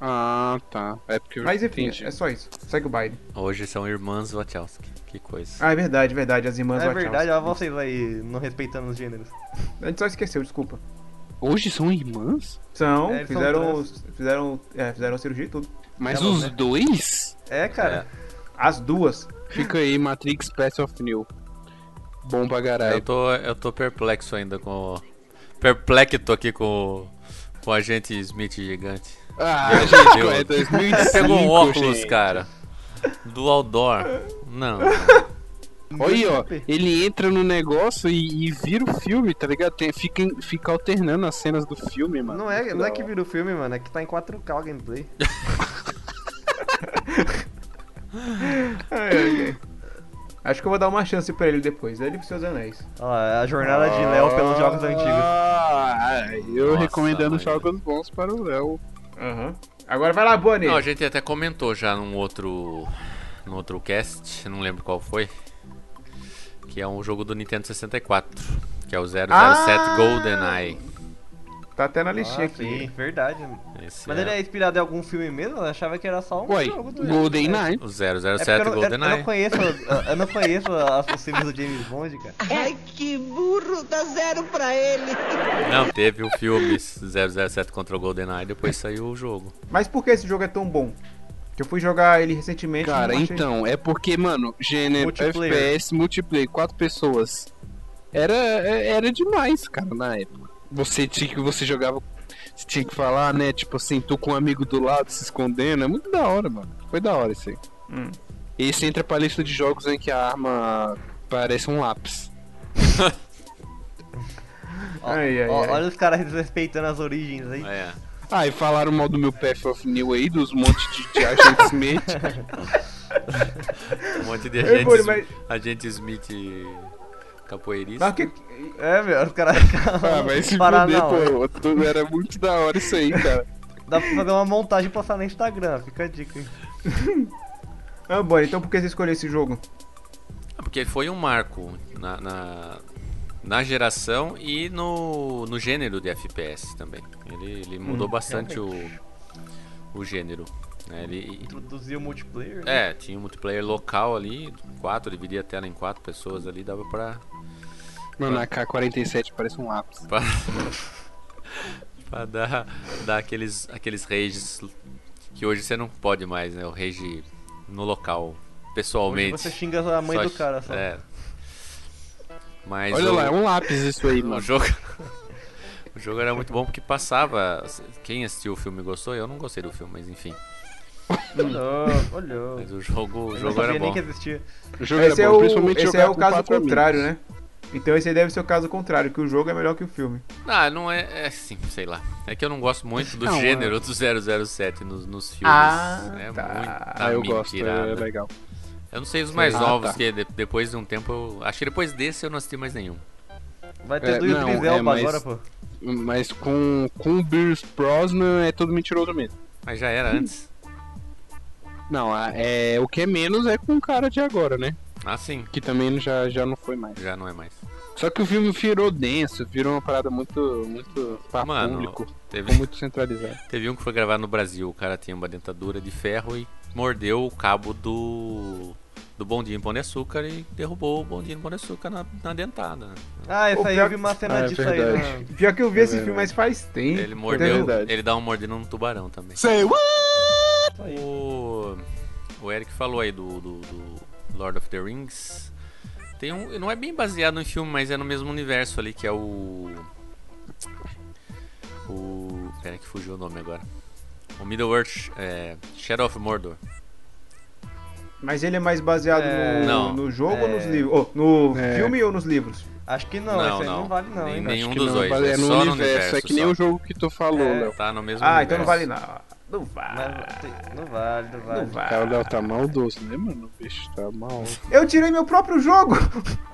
Speaker 2: Ah, tá. É porque eu
Speaker 1: Mas enfim,
Speaker 2: entendi.
Speaker 1: é só isso. Segue o baile.
Speaker 3: Hoje são irmãs Wachowski. Que coisa.
Speaker 1: Ah, é verdade, verdade. As irmãs
Speaker 8: é
Speaker 1: Wachowski.
Speaker 8: verdade, olha vocês aí não respeitando os gêneros.
Speaker 1: A gente só esqueceu, desculpa.
Speaker 2: Hoje são irmãs?
Speaker 1: São,
Speaker 8: É, eles são
Speaker 1: fizeram,
Speaker 8: trans.
Speaker 1: fizeram, é, fizeram cirurgia e tudo.
Speaker 2: Mas
Speaker 8: Elas,
Speaker 2: os
Speaker 8: né?
Speaker 2: dois?
Speaker 8: É, cara.
Speaker 1: As duas.
Speaker 2: Fica aí, Matrix Path of New. Bom pra
Speaker 3: Eu
Speaker 2: caralho.
Speaker 3: tô, eu tô perplexo ainda com. o- Perplexo aqui com, o- com o agente Smith gigante.
Speaker 2: Ah,
Speaker 3: Meu
Speaker 2: gente,
Speaker 3: Deus.
Speaker 2: é 2005,
Speaker 3: Pegou um óculos,
Speaker 2: gente.
Speaker 3: cara. Do outdoor. Não.
Speaker 2: Olha aí, ó. Ele entra no negócio e, e vira o filme, tá ligado? Tem- fica, em- fica alternando as cenas do filme, mano.
Speaker 8: Não é, não é que
Speaker 2: Não.
Speaker 8: vira o filme, mano, é que tá em 4K o gameplay.
Speaker 1: Ai, ai, ai. Acho que eu vou dar uma chance pra ele depois. Ele e seus anéis.
Speaker 8: é a jornada de Léo pelos jogos
Speaker 2: antigos. Ah, é, Eu
Speaker 3: Nossa,
Speaker 2: recomendando
Speaker 3: mãe.
Speaker 2: jogos bons para o Léo.
Speaker 1: Aham. Agora vai lá, Bonnie.
Speaker 3: Não, a gente até comentou já num outro. num outro cast, não lembro qual foi. Que é um jogo do Nintendo 64. Que é o 007
Speaker 1: Ah!
Speaker 3: GoldenEye.
Speaker 1: Tá até na
Speaker 8: Ah,
Speaker 1: listinha aqui.
Speaker 8: sim, verdade.
Speaker 3: Esse
Speaker 8: Mas
Speaker 3: é
Speaker 8: ele é inspirado em algum filme mesmo? Eu achava que era só um
Speaker 2: Ué,
Speaker 8: jogo do
Speaker 2: GoldenEye.
Speaker 3: o
Speaker 8: É
Speaker 3: 007
Speaker 8: porque eu, não- eu- eu
Speaker 3: GoldenEye.
Speaker 8: não conheço, eu não conheço as- os filmes do James Bond, cara.
Speaker 9: Ai, que burro, dá zero pra ele.
Speaker 3: Não, teve o filme 007 contra o GoldenEye, depois saiu o jogo.
Speaker 1: Mas por que esse jogo é tão bom? Que eu fui jogar ele recentemente.
Speaker 2: Cara,
Speaker 1: não achei-
Speaker 2: então, é porque, mano, gênero,
Speaker 8: Multiplayer.
Speaker 2: FPS, multiplayer, quatro pessoas. Era, é- era demais, cara, na época. Você tinha que você jogava. Você tinha que falar, né? Tipo assim, tu com um amigo do lado se escondendo. É muito da hora, mano. Foi da hora isso aí.
Speaker 1: Hum.
Speaker 2: Esse entra pra lista de jogos em que a arma parece um lápis.
Speaker 8: Ó,
Speaker 1: Ai, ai,
Speaker 8: ó,
Speaker 1: ai.
Speaker 8: Olha os caras respeitando as origens aí.
Speaker 3: É.
Speaker 2: Ah, e falaram mal do meu Path of New aí, dos monte de, de agente Smith.
Speaker 3: Um monte de
Speaker 1: Ei,
Speaker 8: É,
Speaker 1: Boni,
Speaker 3: agentes,
Speaker 1: mas-
Speaker 3: agente Smith capoeirista.
Speaker 1: Mas o que...
Speaker 8: É, meu, os caras.
Speaker 2: Ah, vai se
Speaker 8: Parar
Speaker 2: fuder,
Speaker 8: não, hein?
Speaker 2: pô. Tudo Era muito da hora isso aí, cara.
Speaker 8: Dá pra fazer uma montagem e postar no Instagram, fica a dica. hein?
Speaker 1: Ah, Bonnie, então por que você escolheu esse jogo?
Speaker 3: Ah, Porque foi um marco na, na, na geração e no, no gênero de FPS também. Ele, ele mudou
Speaker 8: Hum,
Speaker 3: bastante o, o gênero. né? Ele,
Speaker 8: Introduzir o multiplayer. né?
Speaker 3: é, tinha um multiplayer local ali, quatro, dividia a tela em quatro pessoas ali, dava pra,
Speaker 2: Mano, a K-47 parece um lápis.
Speaker 3: pra, pra dar, dar aqueles, aqueles rages que hoje você não pode mais, né? O rage no local,
Speaker 8: Hoje
Speaker 3: pessoalmente.
Speaker 8: Você xinga a mãe
Speaker 3: Só-
Speaker 8: do cara só.
Speaker 3: É. Mas
Speaker 2: Olha
Speaker 3: o-
Speaker 2: lá, é um lápis isso aí,
Speaker 3: O
Speaker 2: mano.
Speaker 3: jogo... o jogo era muito bom porque passava. Quem assistiu o filme gostou, eu não gostei do filme, mas enfim.
Speaker 8: Olhou, olhou.
Speaker 3: Mas o jogo, o
Speaker 8: Eu não
Speaker 3: jogo era
Speaker 8: sabia nem
Speaker 3: bom.
Speaker 8: que existia.
Speaker 2: O jogo era
Speaker 1: esse é
Speaker 2: bom,
Speaker 1: o,
Speaker 2: principalmente
Speaker 1: esse
Speaker 2: jogar
Speaker 1: é o
Speaker 2: com
Speaker 1: caso
Speaker 2: quatro
Speaker 1: contrário,
Speaker 2: amigos.
Speaker 1: né? Então esse aí deve ser o caso contrário, que o jogo é melhor que o filme.
Speaker 3: Ah, não é, é assim, sei lá. É que eu não gosto muito do
Speaker 2: Não,
Speaker 3: gênero do 007 nos, nos filmes.
Speaker 1: Ah,
Speaker 3: é
Speaker 1: tá.
Speaker 3: muita
Speaker 2: Ah, eu gosto, é
Speaker 3: mentirada.
Speaker 2: legal.
Speaker 3: Eu não sei os mais
Speaker 2: Ah,
Speaker 3: novos,
Speaker 2: tá.
Speaker 3: que de- depois de um tempo eu. Acho que depois desse eu não assisti mais nenhum.
Speaker 8: Vai ter
Speaker 2: É,
Speaker 8: do
Speaker 2: não,
Speaker 8: Idris
Speaker 2: é,
Speaker 8: Elba
Speaker 2: mas-
Speaker 8: agora, pô.
Speaker 2: Mas com, com o Pierce Brosnan é todo mentiroso mesmo.
Speaker 3: Mas já era antes.
Speaker 2: Não, a- é, o que é menos é com o cara de agora, né?
Speaker 3: Ah, sim.
Speaker 2: Que também já, já não foi mais.
Speaker 3: Já não é mais.
Speaker 2: Só que o filme virou denso, virou uma parada muito, muito pra
Speaker 3: Mano,
Speaker 2: público.
Speaker 3: Teve,
Speaker 2: Ficou muito centralizado.
Speaker 3: Teve um que foi gravado no Brasil. O cara tinha uma dentadura de ferro e mordeu o cabo do do bondinho Pão de Açúcar e derrubou o bondinho Pão de Açúcar na, na dentada. né?
Speaker 8: Ah,
Speaker 1: O
Speaker 8: esse aí
Speaker 1: pior-
Speaker 8: eu vi uma cena
Speaker 2: Ah, é
Speaker 8: disso aí.
Speaker 2: verdade.
Speaker 8: né?
Speaker 1: Já que eu vi esse
Speaker 2: É
Speaker 1: filme, mas faz tempo.
Speaker 3: Ele mordeu,
Speaker 2: verdade.
Speaker 3: ele dá uma mordida num tubarão também.
Speaker 2: Sei,
Speaker 3: O, o Eric falou aí do, do, do Lord of the Rings. Tem um, não é bem baseado em filme, mas é no mesmo universo ali que é o o pera que fugiu o nome agora. O Middle Earth é, Shadow of Mordor.
Speaker 1: Mas ele é mais baseado
Speaker 8: É,
Speaker 1: no,
Speaker 3: não.
Speaker 1: no jogo ou nos
Speaker 8: É.
Speaker 1: livros? Oh, no
Speaker 2: É.
Speaker 1: filme ou nos livros?
Speaker 8: Acho que não,
Speaker 3: Não,
Speaker 8: esse aí não,
Speaker 3: não.
Speaker 8: vale
Speaker 3: Nem-
Speaker 8: não, hein?
Speaker 3: nem-
Speaker 8: mano.
Speaker 3: Nenhum
Speaker 2: Acho que
Speaker 3: dos
Speaker 2: não,
Speaker 3: dois,
Speaker 2: vale-
Speaker 3: é
Speaker 2: É no
Speaker 3: só no
Speaker 2: universo, é
Speaker 3: universo
Speaker 2: que nem
Speaker 3: só.
Speaker 2: o jogo que tu falou,
Speaker 8: É.
Speaker 2: Léo.
Speaker 3: Tá no mesmo
Speaker 1: Ah, então não vale
Speaker 3: universo.
Speaker 1: nada. Não vale.
Speaker 8: Mas tem- Não vale, não
Speaker 1: Não
Speaker 8: vale.
Speaker 2: Cara, o
Speaker 1: vale.
Speaker 2: Léo tá maldoso, né, mano? O bicho tá mal.
Speaker 1: Eu tirei meu próprio jogo!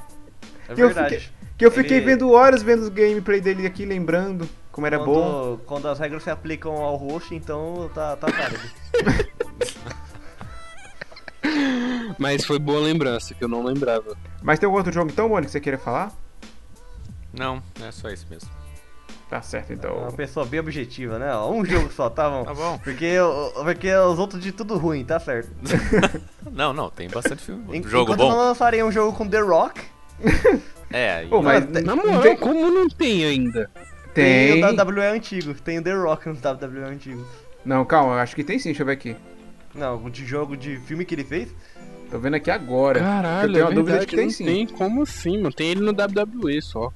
Speaker 8: É
Speaker 1: Que eu
Speaker 8: verdade.
Speaker 1: Que eu fiquei
Speaker 8: Ele-
Speaker 1: vendo horas vendo os gameplay dele aqui, lembrando como era é bom.
Speaker 8: quando, quando as regras se aplicam ao roxo, então tá, tá válido.
Speaker 2: Mas foi boa lembrança, que eu não lembrava.
Speaker 1: Mas tem algum outro jogo então, Mônica, que você queira falar?
Speaker 3: Não, é só isso mesmo.
Speaker 1: Tá certo,
Speaker 8: É
Speaker 1: então.
Speaker 8: Uma pessoa bem objetiva, né? Ó, Um jogo só, tá bom?
Speaker 3: Tá bom.
Speaker 8: Porque, eu- porque os outros de tudo ruim, tá certo.
Speaker 3: Não, não, tem bastante filme.
Speaker 8: En-
Speaker 3: bom. Jogo
Speaker 8: Enquanto
Speaker 3: bom.
Speaker 8: não lançarem um jogo com The Rock,
Speaker 3: É, e-
Speaker 1: Pô, mas
Speaker 8: Não,
Speaker 2: Na
Speaker 1: não
Speaker 2: moral,
Speaker 1: tem-
Speaker 2: como não tem ainda?
Speaker 1: tem.
Speaker 8: o WWE antigo, tem o The Rock no WWE antigo.
Speaker 1: Não, calma, eu acho que tem sim, deixa eu ver aqui.
Speaker 8: Não, de jogo de filme que ele fez,
Speaker 1: Tô vendo aqui agora.
Speaker 2: Caralho,
Speaker 1: eu tenho
Speaker 2: é
Speaker 1: uma dúvida de
Speaker 2: verdade,
Speaker 1: que tem
Speaker 2: não
Speaker 1: sim.
Speaker 2: tem. Como assim, mano? Tem ele no WWE só.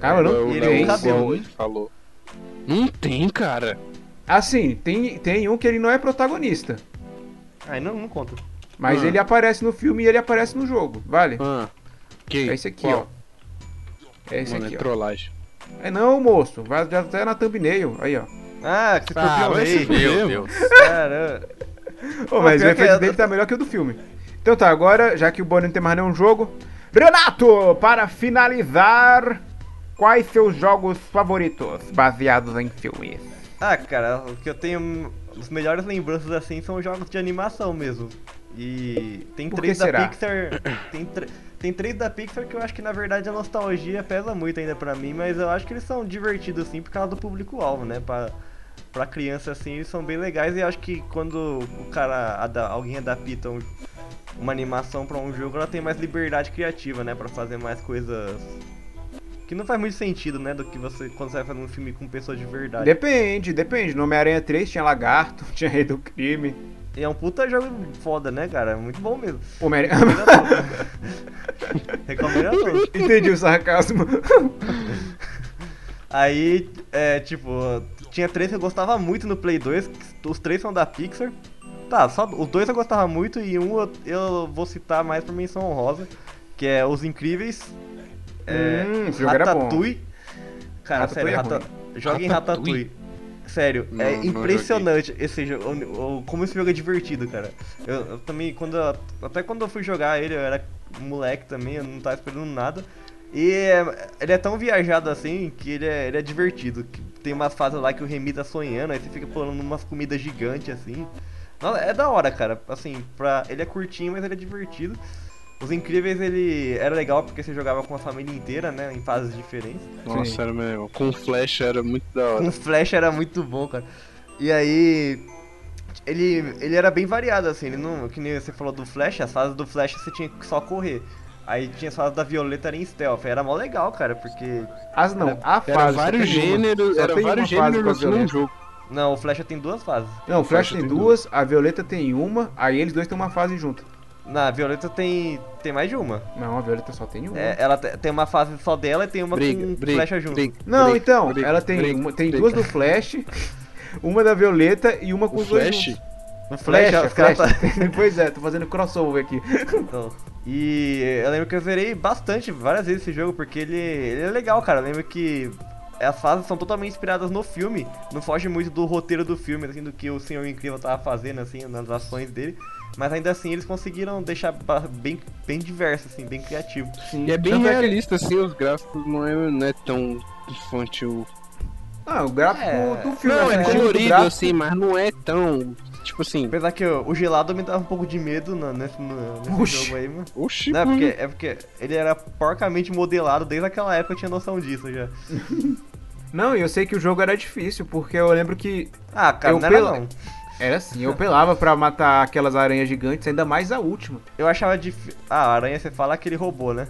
Speaker 1: Cara, não
Speaker 2: o
Speaker 8: ele
Speaker 1: tem.
Speaker 8: é um
Speaker 2: Léo-
Speaker 8: cabelo,
Speaker 2: Léo
Speaker 8: hein?
Speaker 2: falou. Não tem, cara.
Speaker 1: Assim, tem, tem um que ele não é protagonista.
Speaker 8: aí não, não conta.
Speaker 1: Mas
Speaker 2: Ah.
Speaker 1: ele aparece no filme e ele aparece no jogo, vale?
Speaker 2: Ah, que,
Speaker 1: É esse aqui,
Speaker 2: qual?
Speaker 1: ó. É esse
Speaker 2: Mano,
Speaker 1: aqui,
Speaker 2: é
Speaker 1: ó.
Speaker 2: trollagem.
Speaker 1: É não, moço. Vai já até na thumbnail. Aí, ó.
Speaker 8: Ah, que você
Speaker 2: Ah,
Speaker 8: copiou o
Speaker 2: vai se
Speaker 8: rei.
Speaker 2: fuder.
Speaker 3: Meu
Speaker 2: Meu.
Speaker 3: Deus.
Speaker 8: Caramba.
Speaker 1: Ô, mas o
Speaker 8: pior que
Speaker 1: efeito
Speaker 8: é-
Speaker 1: dele tá melhor que o do filme. Então tá, agora, já que o Bonnie não tem mais nenhum jogo. Renato, para finalizar, quais seus jogos favoritos baseados em filmes?
Speaker 8: Ah, cara, o que eu tenho. Os melhores lembranças assim são jogos de animação mesmo. E tem
Speaker 1: Por que
Speaker 8: três da
Speaker 1: será?
Speaker 8: Pixar. Tem, tr- tem três da Pixar que eu acho que na verdade a nostalgia pesa muito ainda pra mim, mas eu acho que eles são divertidos assim por causa do público-alvo, né? Pra, pra criança assim, eles são bem legais e eu acho que quando o cara. ada- alguém adapta um- uma animação pra um jogo, ela tem mais liberdade criativa, né? Pra fazer mais coisas. Que não faz muito sentido, né? Do que você quando você vai fazer um filme com pessoas de verdade.
Speaker 1: Depende, depende. No Homem-Aranha 3 tinha Lagarto, tinha Rei do Crime.
Speaker 8: E é um puta jogo foda, né, cara? Muito bom mesmo.
Speaker 1: Homem-Aranha.
Speaker 8: Recomendo a todos.
Speaker 1: Entendi o sarcasmo.
Speaker 8: Aí, é, tipo, tinha três que eu gostava muito no Play 2, que os três são da Pixar. Tá, só os dois eu gostava muito e um eu, eu vou citar mais por menção honrosa, que é Os Incríveis, é,
Speaker 1: Hum, esse jogo era bom.
Speaker 8: Ratatouille. Cara,
Speaker 1: Ratatouille
Speaker 8: sério,
Speaker 1: é
Speaker 8: Rata... joga em
Speaker 1: Ratatouille?
Speaker 8: Ratatouille. Sério,
Speaker 1: Não,
Speaker 8: é
Speaker 1: não
Speaker 8: impressionante esse jogo, o- o- como esse jogo é divertido, cara. Eu, eu também, quando eu- até quando eu fui jogar ele, eu era moleque também, eu não tava esperando nada. E é- ele é tão viajado assim que ele é, ele é divertido. que Tem umas fases lá que o Remy tá sonhando, aí você fica pulando umas comidas gigantes assim. Nossa, é da hora, cara. Assim, pra... ele é curtinho, mas ele é divertido. Os Incríveis, ele era legal porque você jogava com a família inteira, né? Em fases diferentes.
Speaker 2: Nossa, era mesmo. Com flash era muito da hora.
Speaker 8: Com Flash era muito bom, cara. E aí. Ele, ele era bem variado, assim. Ele não, que nem você falou do Flash, as fases do Flash você tinha que só correr. Aí tinha as fases da Violeta era em stealth. Aí Era mó legal, cara, porque.
Speaker 1: As não, a fase,
Speaker 2: Era vários gêneros, era vários gêneros num jogo.
Speaker 8: Não, o Flash tem duas fases.
Speaker 1: Não, o Flash tem duas, a Violeta tem uma, aí eles dois têm uma fase junto.
Speaker 8: Na Violeta tem tem mais de uma.
Speaker 1: Não, a Violeta só tem uma.
Speaker 8: É, ela te- tem uma fase só dela e tem uma com flecha junto.
Speaker 1: Não, então, ela tem, uma- tem duas do Flash, uma da Violeta e uma com os dois.
Speaker 8: Flash?
Speaker 1: juntos.
Speaker 8: O Flash,
Speaker 1: Flecha,
Speaker 8: os caras tá-
Speaker 1: flecha. pois é, tô fazendo crossover aqui.
Speaker 8: Então, E eu lembro que eu zerei bastante, várias vezes esse jogo, porque ele, ele é legal, cara. Eu lembro que as fases são totalmente inspiradas no filme. Não foge muito do roteiro do filme, assim, do que o Senhor Incrível tava fazendo, assim, nas ações dele. Mas ainda assim, eles conseguiram deixar ba- bem, bem diverso, assim, bem criativo.
Speaker 2: E
Speaker 1: Então
Speaker 2: é bem realista, assim, os gráficos não é, não é tão infantil.
Speaker 1: Ah, o gráfico do filme
Speaker 2: Não,
Speaker 1: né?
Speaker 2: é
Speaker 1: O
Speaker 2: colorido,
Speaker 1: gráfico-
Speaker 2: assim, mas não é tão. Tipo assim.
Speaker 8: Apesar que o, o gelado me dava um pouco de medo na- nesse, no- nesse
Speaker 2: Oxi.
Speaker 8: jogo aí, mano.
Speaker 2: Oxi,
Speaker 8: Não, é porque,
Speaker 2: mano.
Speaker 8: é porque ele era porcamente modelado desde aquela época, eu tinha noção disso já.
Speaker 1: Não, e eu sei que o jogo era difícil, porque eu lembro que.
Speaker 8: Ah,
Speaker 2: É
Speaker 8: cara,
Speaker 2: um
Speaker 1: eu
Speaker 8: não era
Speaker 1: pela-
Speaker 8: não.
Speaker 1: Era assim, eu pelava pra matar aquelas aranhas gigantes, ainda mais a última.
Speaker 8: Eu achava difícil. Ah, a aranha você fala aquele robô, né?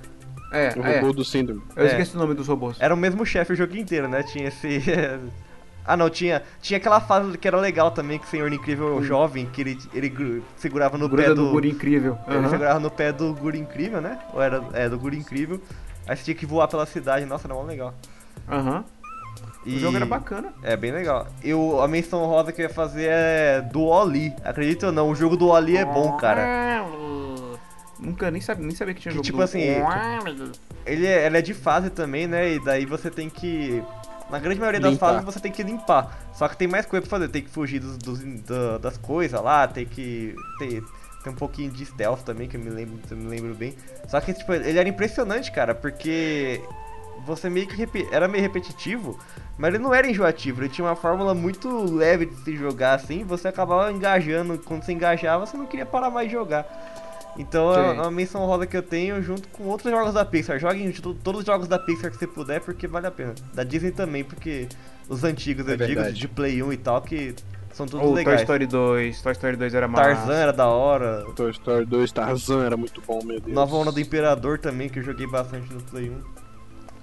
Speaker 1: É,
Speaker 2: O robô é. do síndrome.
Speaker 1: Eu esqueci o nome dos robôs.
Speaker 8: Era o mesmo chefe o jogo inteiro, né? Tinha esse. ah, não, tinha. Tinha aquela fase que era legal também, que o Senhor Incrível Jovem, que ele, ele gru- segurava no
Speaker 1: Gruda no
Speaker 8: pé é do.
Speaker 1: guri incrível.
Speaker 8: Ele
Speaker 1: Aham.
Speaker 8: segurava no pé do Guri Incrível, né? Ou era. É, do Guri Incrível. Aí você tinha que voar pela cidade. Nossa, era mó legal.
Speaker 1: Aham.
Speaker 8: E-
Speaker 1: O jogo era bacana.
Speaker 8: É, bem legal. E o- a menção rosa que eu ia fazer é do Oli. Acredita ou não, o jogo do Oli é bom, cara.
Speaker 1: Nunca nem sabia, nem sabia que tinha
Speaker 8: Que,
Speaker 1: jogo
Speaker 8: tipo
Speaker 1: do-
Speaker 8: assim, Ele é, ela é de fase também, né? E daí você tem que. Na grande maioria das
Speaker 2: Limpar.
Speaker 8: fases você tem que limpar. Só que tem mais coisa pra fazer. Tem que fugir dos, dos- da- das coisas lá, tem que. Tem, tem um pouquinho de stealth também, que eu me lembro, eu me lembro bem. Só que, tipo, ele era impressionante, cara, porque. Você meio que repe- era meio repetitivo, mas ele não era enjoativo. Ele tinha uma fórmula muito leve de se jogar assim. Você acabava engajando. Quando você engajava, você não queria parar mais de jogar. Então é
Speaker 1: Sim.
Speaker 8: uma menção rosa que eu tenho junto com outros jogos da Pixar. Joguem to- todos os jogos da Pixar que você puder, porque vale a pena. Da Disney também, porque os antigos,
Speaker 2: É
Speaker 8: eu digo,
Speaker 2: verdade.
Speaker 8: de Play 1 e tal, que são todos
Speaker 1: Ou Toy
Speaker 8: legais.
Speaker 1: Story 2, Toy Story 2 era massa.
Speaker 8: Tarzan era da hora.
Speaker 2: Toy Story 2, Tarzan era muito bom, meu Deus.
Speaker 8: Nova Onda do Imperador também, que eu joguei bastante no Play 1.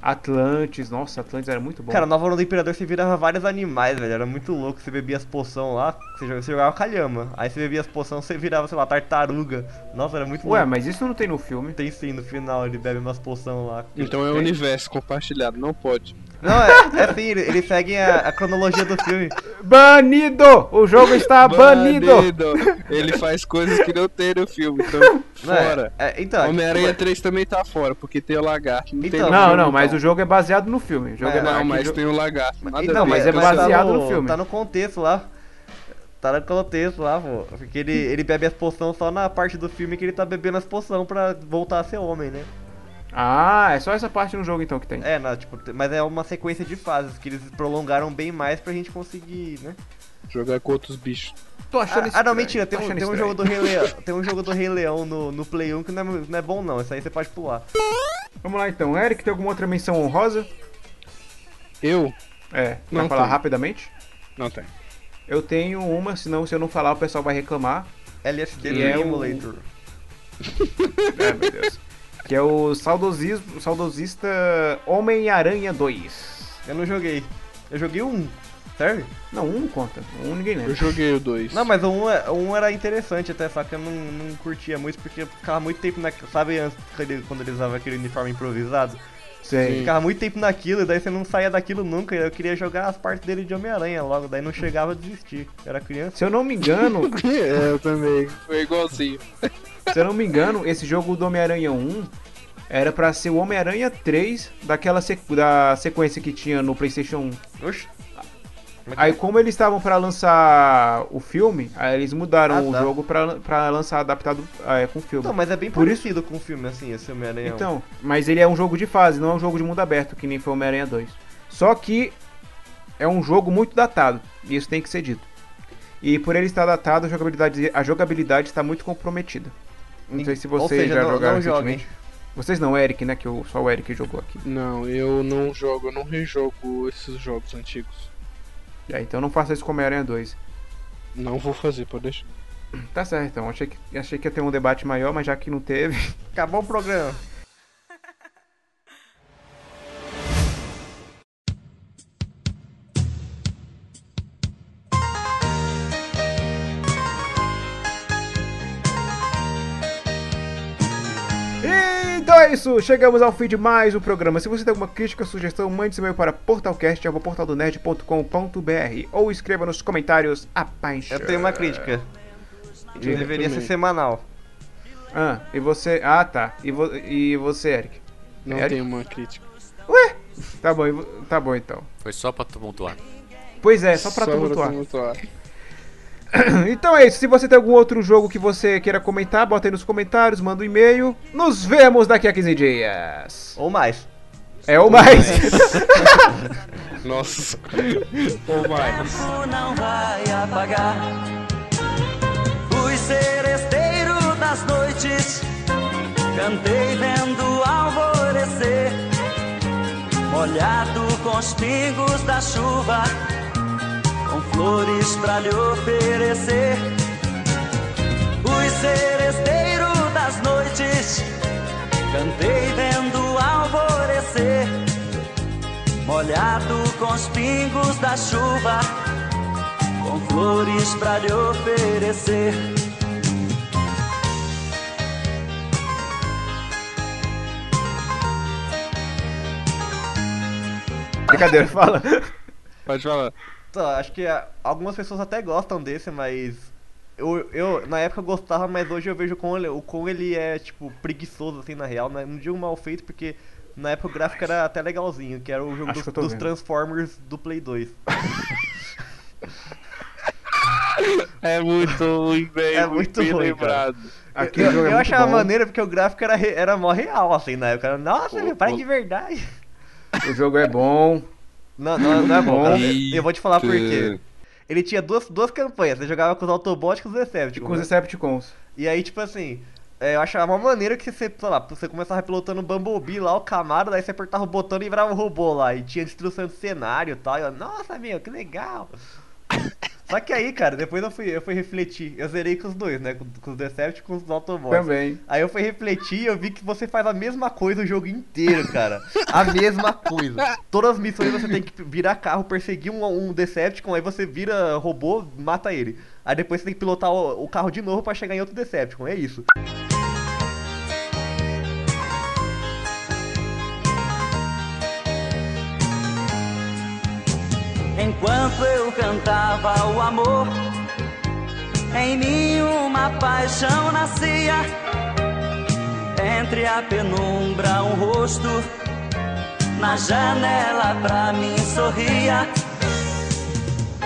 Speaker 1: Atlantis, nossa, Atlantis era muito bom.
Speaker 8: Cara, Nova Onda do Imperador você virava vários animais, velho. Era muito louco. Você bebia as poção lá, você jogava, você jogava calhama. Aí você bebia as poção, você virava, sei lá, tartaruga. Nossa, era muito
Speaker 1: Ué,
Speaker 8: louco.
Speaker 1: mas isso não tem no filme.
Speaker 8: Tem sim, no final ele bebe umas poção lá.
Speaker 2: Então é o
Speaker 8: Tem.
Speaker 2: universo compartilhado, não pode.
Speaker 8: Não, é, é assim, ele- eles seguem a, a cronologia do filme.
Speaker 1: Banido! O jogo está Tá banido!
Speaker 2: Ele faz coisas que não tem no filme, então
Speaker 8: Não, é-
Speaker 2: fora.
Speaker 8: é, então,
Speaker 2: Homem-Aranha
Speaker 8: tipo,
Speaker 2: 3 também tá fora, porque tem o lagarto. Não, tem
Speaker 1: Não,
Speaker 2: no
Speaker 1: não,
Speaker 2: filme,
Speaker 1: mas
Speaker 2: então.
Speaker 1: o jogo é baseado no filme. O jogo é
Speaker 2: Não,
Speaker 1: aqui
Speaker 2: mas
Speaker 1: jogo-
Speaker 2: tem o um lagarto. nada a
Speaker 1: Não,
Speaker 2: ver.
Speaker 1: mas é
Speaker 2: Então,
Speaker 1: baseado no
Speaker 8: tá
Speaker 1: filme.
Speaker 8: Tá no contexto lá. Tarado pelo texto lá, pô. Porque ele, ele bebe as poções só na parte do filme que ele tá bebendo as poções pra voltar a ser homem, né?
Speaker 1: Ah, é só essa parte no jogo então que tem.
Speaker 8: É, não, tipo, te- mas é uma sequência de fases que eles prolongaram bem mais pra gente conseguir, né?
Speaker 2: Jogar com outros bichos.
Speaker 1: Tô achando
Speaker 8: ah,
Speaker 1: estranho,
Speaker 8: Ah, não, mentira, tem,
Speaker 1: tô
Speaker 8: um,
Speaker 1: achando
Speaker 8: tem um
Speaker 1: estranho.
Speaker 8: jogo do Rei Leão, tem um jogo do Rei Leão no, no Play 1 que não é, não é bom não, esse aí você pode pular.
Speaker 1: Vamos lá então, Eric, tem alguma outra menção honrosa?
Speaker 2: Eu?
Speaker 1: É,
Speaker 2: Não
Speaker 1: vai falar
Speaker 2: tem.
Speaker 1: rapidamente?
Speaker 2: Não tem.
Speaker 1: Eu tenho uma, senão se eu não falar o pessoal vai reclamar.
Speaker 8: LSD
Speaker 1: Que é o-
Speaker 8: Emulator.
Speaker 2: um
Speaker 1: Ai, meu Deus. Que é o saudosismo, saudosista Homem-Aranha 2.
Speaker 8: Eu não joguei. Eu joguei um. Serve?
Speaker 1: Não, um não conta. Um ninguém lembra.
Speaker 2: Eu joguei o 2.
Speaker 8: Não, mas o 1, é- o 1 era interessante até, só que eu não, não curtia muito porque eu ficava muito tempo na. Sabe antes, quando ele- quando eles usavam aquele uniforme improvisado? Eu
Speaker 1: Sei.
Speaker 8: ficava muito tempo naquilo, e daí você não saía daquilo nunca. Eu queria jogar as partes dele de Homem-Aranha logo, daí não chegava a desistir. Eu era criança.
Speaker 1: Se eu não me engano,
Speaker 2: é, eu também. Foi igualzinho.
Speaker 1: se eu não me engano, esse jogo do Homem-Aranha 1 era pra ser o Homem-Aranha 3 daquela sequ- da sequência que tinha no PlayStation 1.
Speaker 8: Oxi. é
Speaker 1: Aí como eles estavam pra lançar o filme, aí eles mudaram
Speaker 8: Ah,
Speaker 1: o
Speaker 8: tá.
Speaker 1: jogo pra, pra lançar adaptado é, com o filme.
Speaker 8: Então, mas é bem
Speaker 1: Por isso-
Speaker 8: parecido com o filme, assim, esse Homem-Aranha. um.
Speaker 1: Então, mas ele é um jogo de fase, não é um jogo de mundo aberto, que nem foi o Homem-Aranha 2. Só que é um jogo muito datado, e isso tem que ser dito. E por ele estar datado, a jogabilidade, a jogabilidade está muito comprometida. Não sei se
Speaker 8: um. Ou
Speaker 1: vocês
Speaker 8: seja,
Speaker 1: já
Speaker 8: não-
Speaker 1: jogaram
Speaker 8: não joguem.
Speaker 1: recentemente. Vocês não, o Eric, né? Que o- só o Eric jogou aqui.
Speaker 2: Não, eu não jogo, eu não rejogo esses jogos antigos.
Speaker 1: É, então não faça isso com o Homem-Aranha 2.
Speaker 2: Não vou fazer, pode deixar.
Speaker 1: Tá certo, então. Achei que, achei que ia ter um debate maior, mas já que não teve.
Speaker 8: Acabou o programa.
Speaker 1: Então é isso, chegamos ao fim de mais um programa. Se você tem alguma crítica, sugestão, mande seu e-mail para portalcast.portaldonerd.com.br ou escreva nos comentários a paixão.
Speaker 8: Eu tenho uma crítica.
Speaker 1: Diga.
Speaker 8: deveria ser
Speaker 2: também.
Speaker 8: semanal.
Speaker 1: Ah, e você. Ah, tá. E, vo- e você, Eric?
Speaker 2: Não
Speaker 1: Eric?
Speaker 2: tem uma crítica.
Speaker 1: Tá bom, e vo- tá bom então.
Speaker 3: Foi só pra tumultuar.
Speaker 1: Pois é, só pra tumultuar.
Speaker 2: tumultuar.
Speaker 1: Então é isso. Se você tem algum outro jogo que você queira comentar, bota aí nos comentários, manda um e-mail. Nos vemos daqui a 15 dias.
Speaker 8: Ou mais.
Speaker 1: É o mais.
Speaker 2: Nossa. Ou mais.
Speaker 12: não vai apagar Fui seresteiro das noites Cantei vendo o alvorecer Molhado com os pingos da chuva Com flores pra lhe oferecer Fui seresteiro das noites Cantei vendo o alvorecer molhado com os pingos da chuva, com flores pra lhe oferecer.
Speaker 1: Brincadeira, fala.
Speaker 2: Pode falar.
Speaker 8: Então, acho que ah, algumas pessoas até gostam desse, mas. Eu, eu, na época eu gostava, mas hoje eu vejo como ele, o quão ele é, tipo, preguiçoso, assim, na real. Né? Não digo mal feito, porque na época o gráfico era até legalzinho, que era o jogo
Speaker 1: Acho
Speaker 8: dos,
Speaker 1: que eu tô
Speaker 8: dos
Speaker 1: vendo.
Speaker 8: Transformers do Play 2.
Speaker 2: É muito ruim, velho.
Speaker 8: É muito
Speaker 2: bem
Speaker 8: ruim,
Speaker 2: lembrado.
Speaker 1: Aquele
Speaker 8: Eu,
Speaker 1: jogo é
Speaker 8: eu
Speaker 1: muito
Speaker 8: achava
Speaker 1: bom.
Speaker 8: maneiro porque o gráfico era, re- era mó real, assim, na época. Era, Nossa,
Speaker 2: Pô,
Speaker 8: meu pai,
Speaker 2: pô.
Speaker 8: de verdade.
Speaker 1: O jogo é bom.
Speaker 8: Não, não, não é bom, cara. Eu vou te falar por quê.
Speaker 2: Eita.
Speaker 8: Ele tinha duas, duas campanhas, você jogava com os Autobots e com os Decepticons.
Speaker 1: Com os
Speaker 8: né?
Speaker 1: Decepticons.
Speaker 8: E aí, tipo assim, é, eu achava uma maneira que você, sei lá, você começava pilotando o Bumblebee lá, o Camaro, daí você apertava o botão e virava um robô lá. E tinha destruição de cenário e tal. E eu, nossa, meu, que legal. Só que aí, cara, depois eu fui, eu fui refletir. Eu zerei com os dois, né? Com, com os Decept e com os Autobots.
Speaker 1: Também.
Speaker 8: Aí eu fui refletir e eu vi que você faz a mesma coisa o jogo inteiro, cara. A mesma coisa. Todas as missões você tem que virar carro, perseguir um, um Decepticon, aí você vira robô, mata ele. Aí depois você tem que pilotar o, o carro de novo pra chegar em outro Decepticon, é isso.
Speaker 12: Enquanto eu cantava o amor, em mim uma paixão nascia. Entre a penumbra, um rosto na janela pra mim sorria.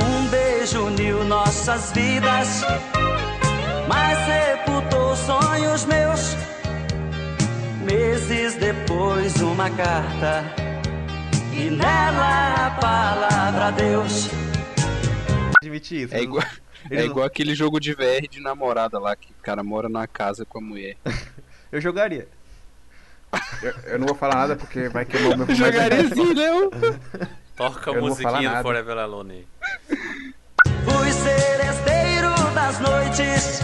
Speaker 12: Um beijo. desejo uniu nossas vidas, mas reputou sonhos meus. Meses depois, uma carta, e nela a palavra Deus.
Speaker 8: Admitir isso.
Speaker 2: É igual, é
Speaker 8: Eles não-
Speaker 2: igual aquele jogo de VR de namorada lá, que o cara mora na casa com a mulher.
Speaker 8: Eu jogaria.
Speaker 1: Eu, eu não vou falar nada porque vai queimar o meu
Speaker 2: Jogaria sim, não?
Speaker 3: Toca a
Speaker 1: Eu não vou falar
Speaker 3: musiquinha
Speaker 1: nada.
Speaker 3: do Forever Alone aí.
Speaker 12: Fui seresteiro das noites,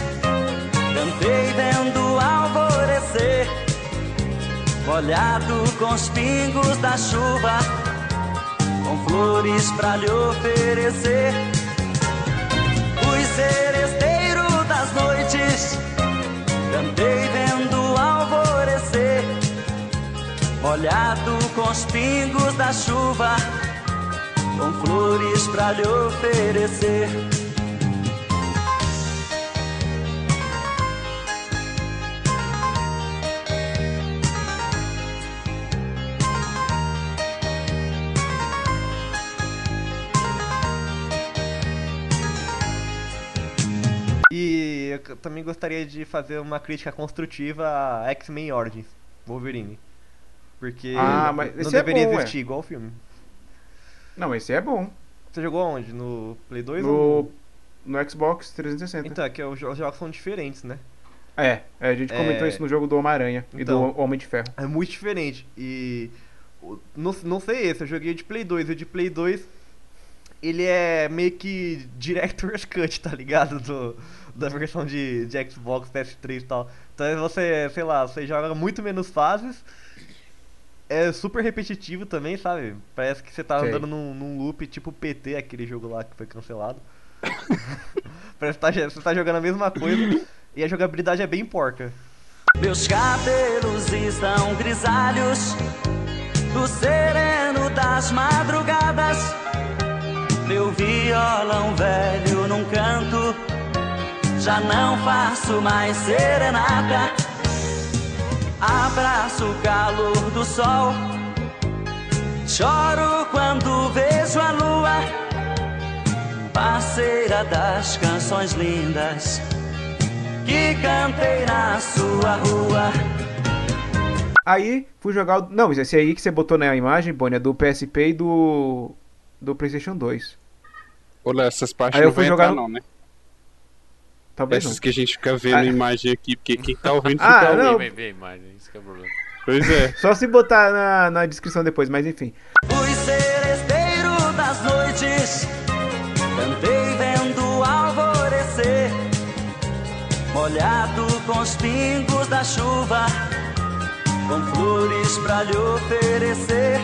Speaker 12: cantei vendo alvorecer, molhado com os pingos da chuva, com flores pra lhe oferecer. Fui seresteiro das noites, cantei vendo alvorecer, molhado com os pingos da chuva com flores pra lhe oferecer.
Speaker 8: E eu c- também gostaria de fazer uma crítica construtiva a X-Men Origins, Wolverine. Porque
Speaker 1: Ah,
Speaker 8: não-
Speaker 1: mas
Speaker 8: não
Speaker 1: esse é
Speaker 8: deveria
Speaker 1: bom, ué.
Speaker 8: existir, igual o filme.
Speaker 1: Não, esse é bom.
Speaker 8: Você jogou aonde? No Play 2 ou
Speaker 1: No, no Xbox 360.
Speaker 8: Então, é que os jo- os jogos são diferentes, né?
Speaker 1: É, é, a gente comentou
Speaker 8: É.
Speaker 1: isso no jogo do Homem-Aranha e
Speaker 8: Então.
Speaker 1: do Homem de Ferro.
Speaker 8: É muito diferente. E. o- Não, não sei esse, eu joguei o de Play 2. E o de Play 2. Ele é meio que Director's Cut, tá ligado? Do, da versão de, de Xbox, PS3 e tal. Então você, sei lá, você joga muito menos fases. É super repetitivo também, sabe? Parece que você tá
Speaker 1: Sei.
Speaker 8: andando num, num loop tipo PT, aquele jogo lá que foi cancelado. Parece que tá, você tá jogando a mesma coisa e a jogabilidade é bem porca.
Speaker 12: Meus cabelos estão grisalhos do sereno das madrugadas. Meu violão velho num canto, já não faço mais serenata. Abraço o calor do sol, choro quando vejo a lua, parceira das canções lindas que cantei na sua rua.
Speaker 1: Aí fui jogar o. Não, mas esse aí que você botou na imagem, Bonnie, é do PSP e do. do PlayStation 2.
Speaker 2: Olha, essas partes
Speaker 1: Aí eu
Speaker 2: não
Speaker 1: fui
Speaker 2: vão
Speaker 1: jogar
Speaker 2: entrar
Speaker 1: no-
Speaker 2: não, né?
Speaker 1: Talvez
Speaker 2: Essas
Speaker 1: não.
Speaker 2: que a gente fica vendo
Speaker 1: Ah.
Speaker 2: imagem aqui, porque quem tá ouvindo
Speaker 1: Ah,
Speaker 2: fica
Speaker 1: não.
Speaker 2: ouvindo.
Speaker 3: Vem, vem, imagem, isso que é o problema.
Speaker 2: Pois é.
Speaker 1: Só se botar na, na descrição depois, mas enfim.
Speaker 12: Fui seresteiro das noites, cantei vendo alvorecer, molhado com os pingos da chuva, com flores pra lhe oferecer.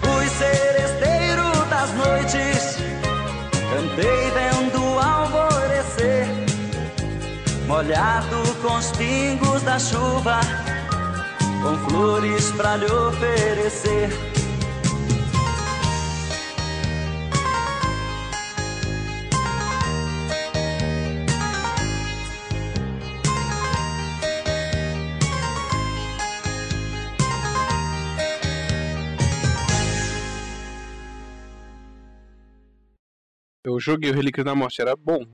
Speaker 12: Fui seresteiro das noites, cantei vendo alvorecer, molhado com os pingos da chuva, com flores pra lhe oferecer.
Speaker 2: Eu joguei o Relíquio da Morte, era bom.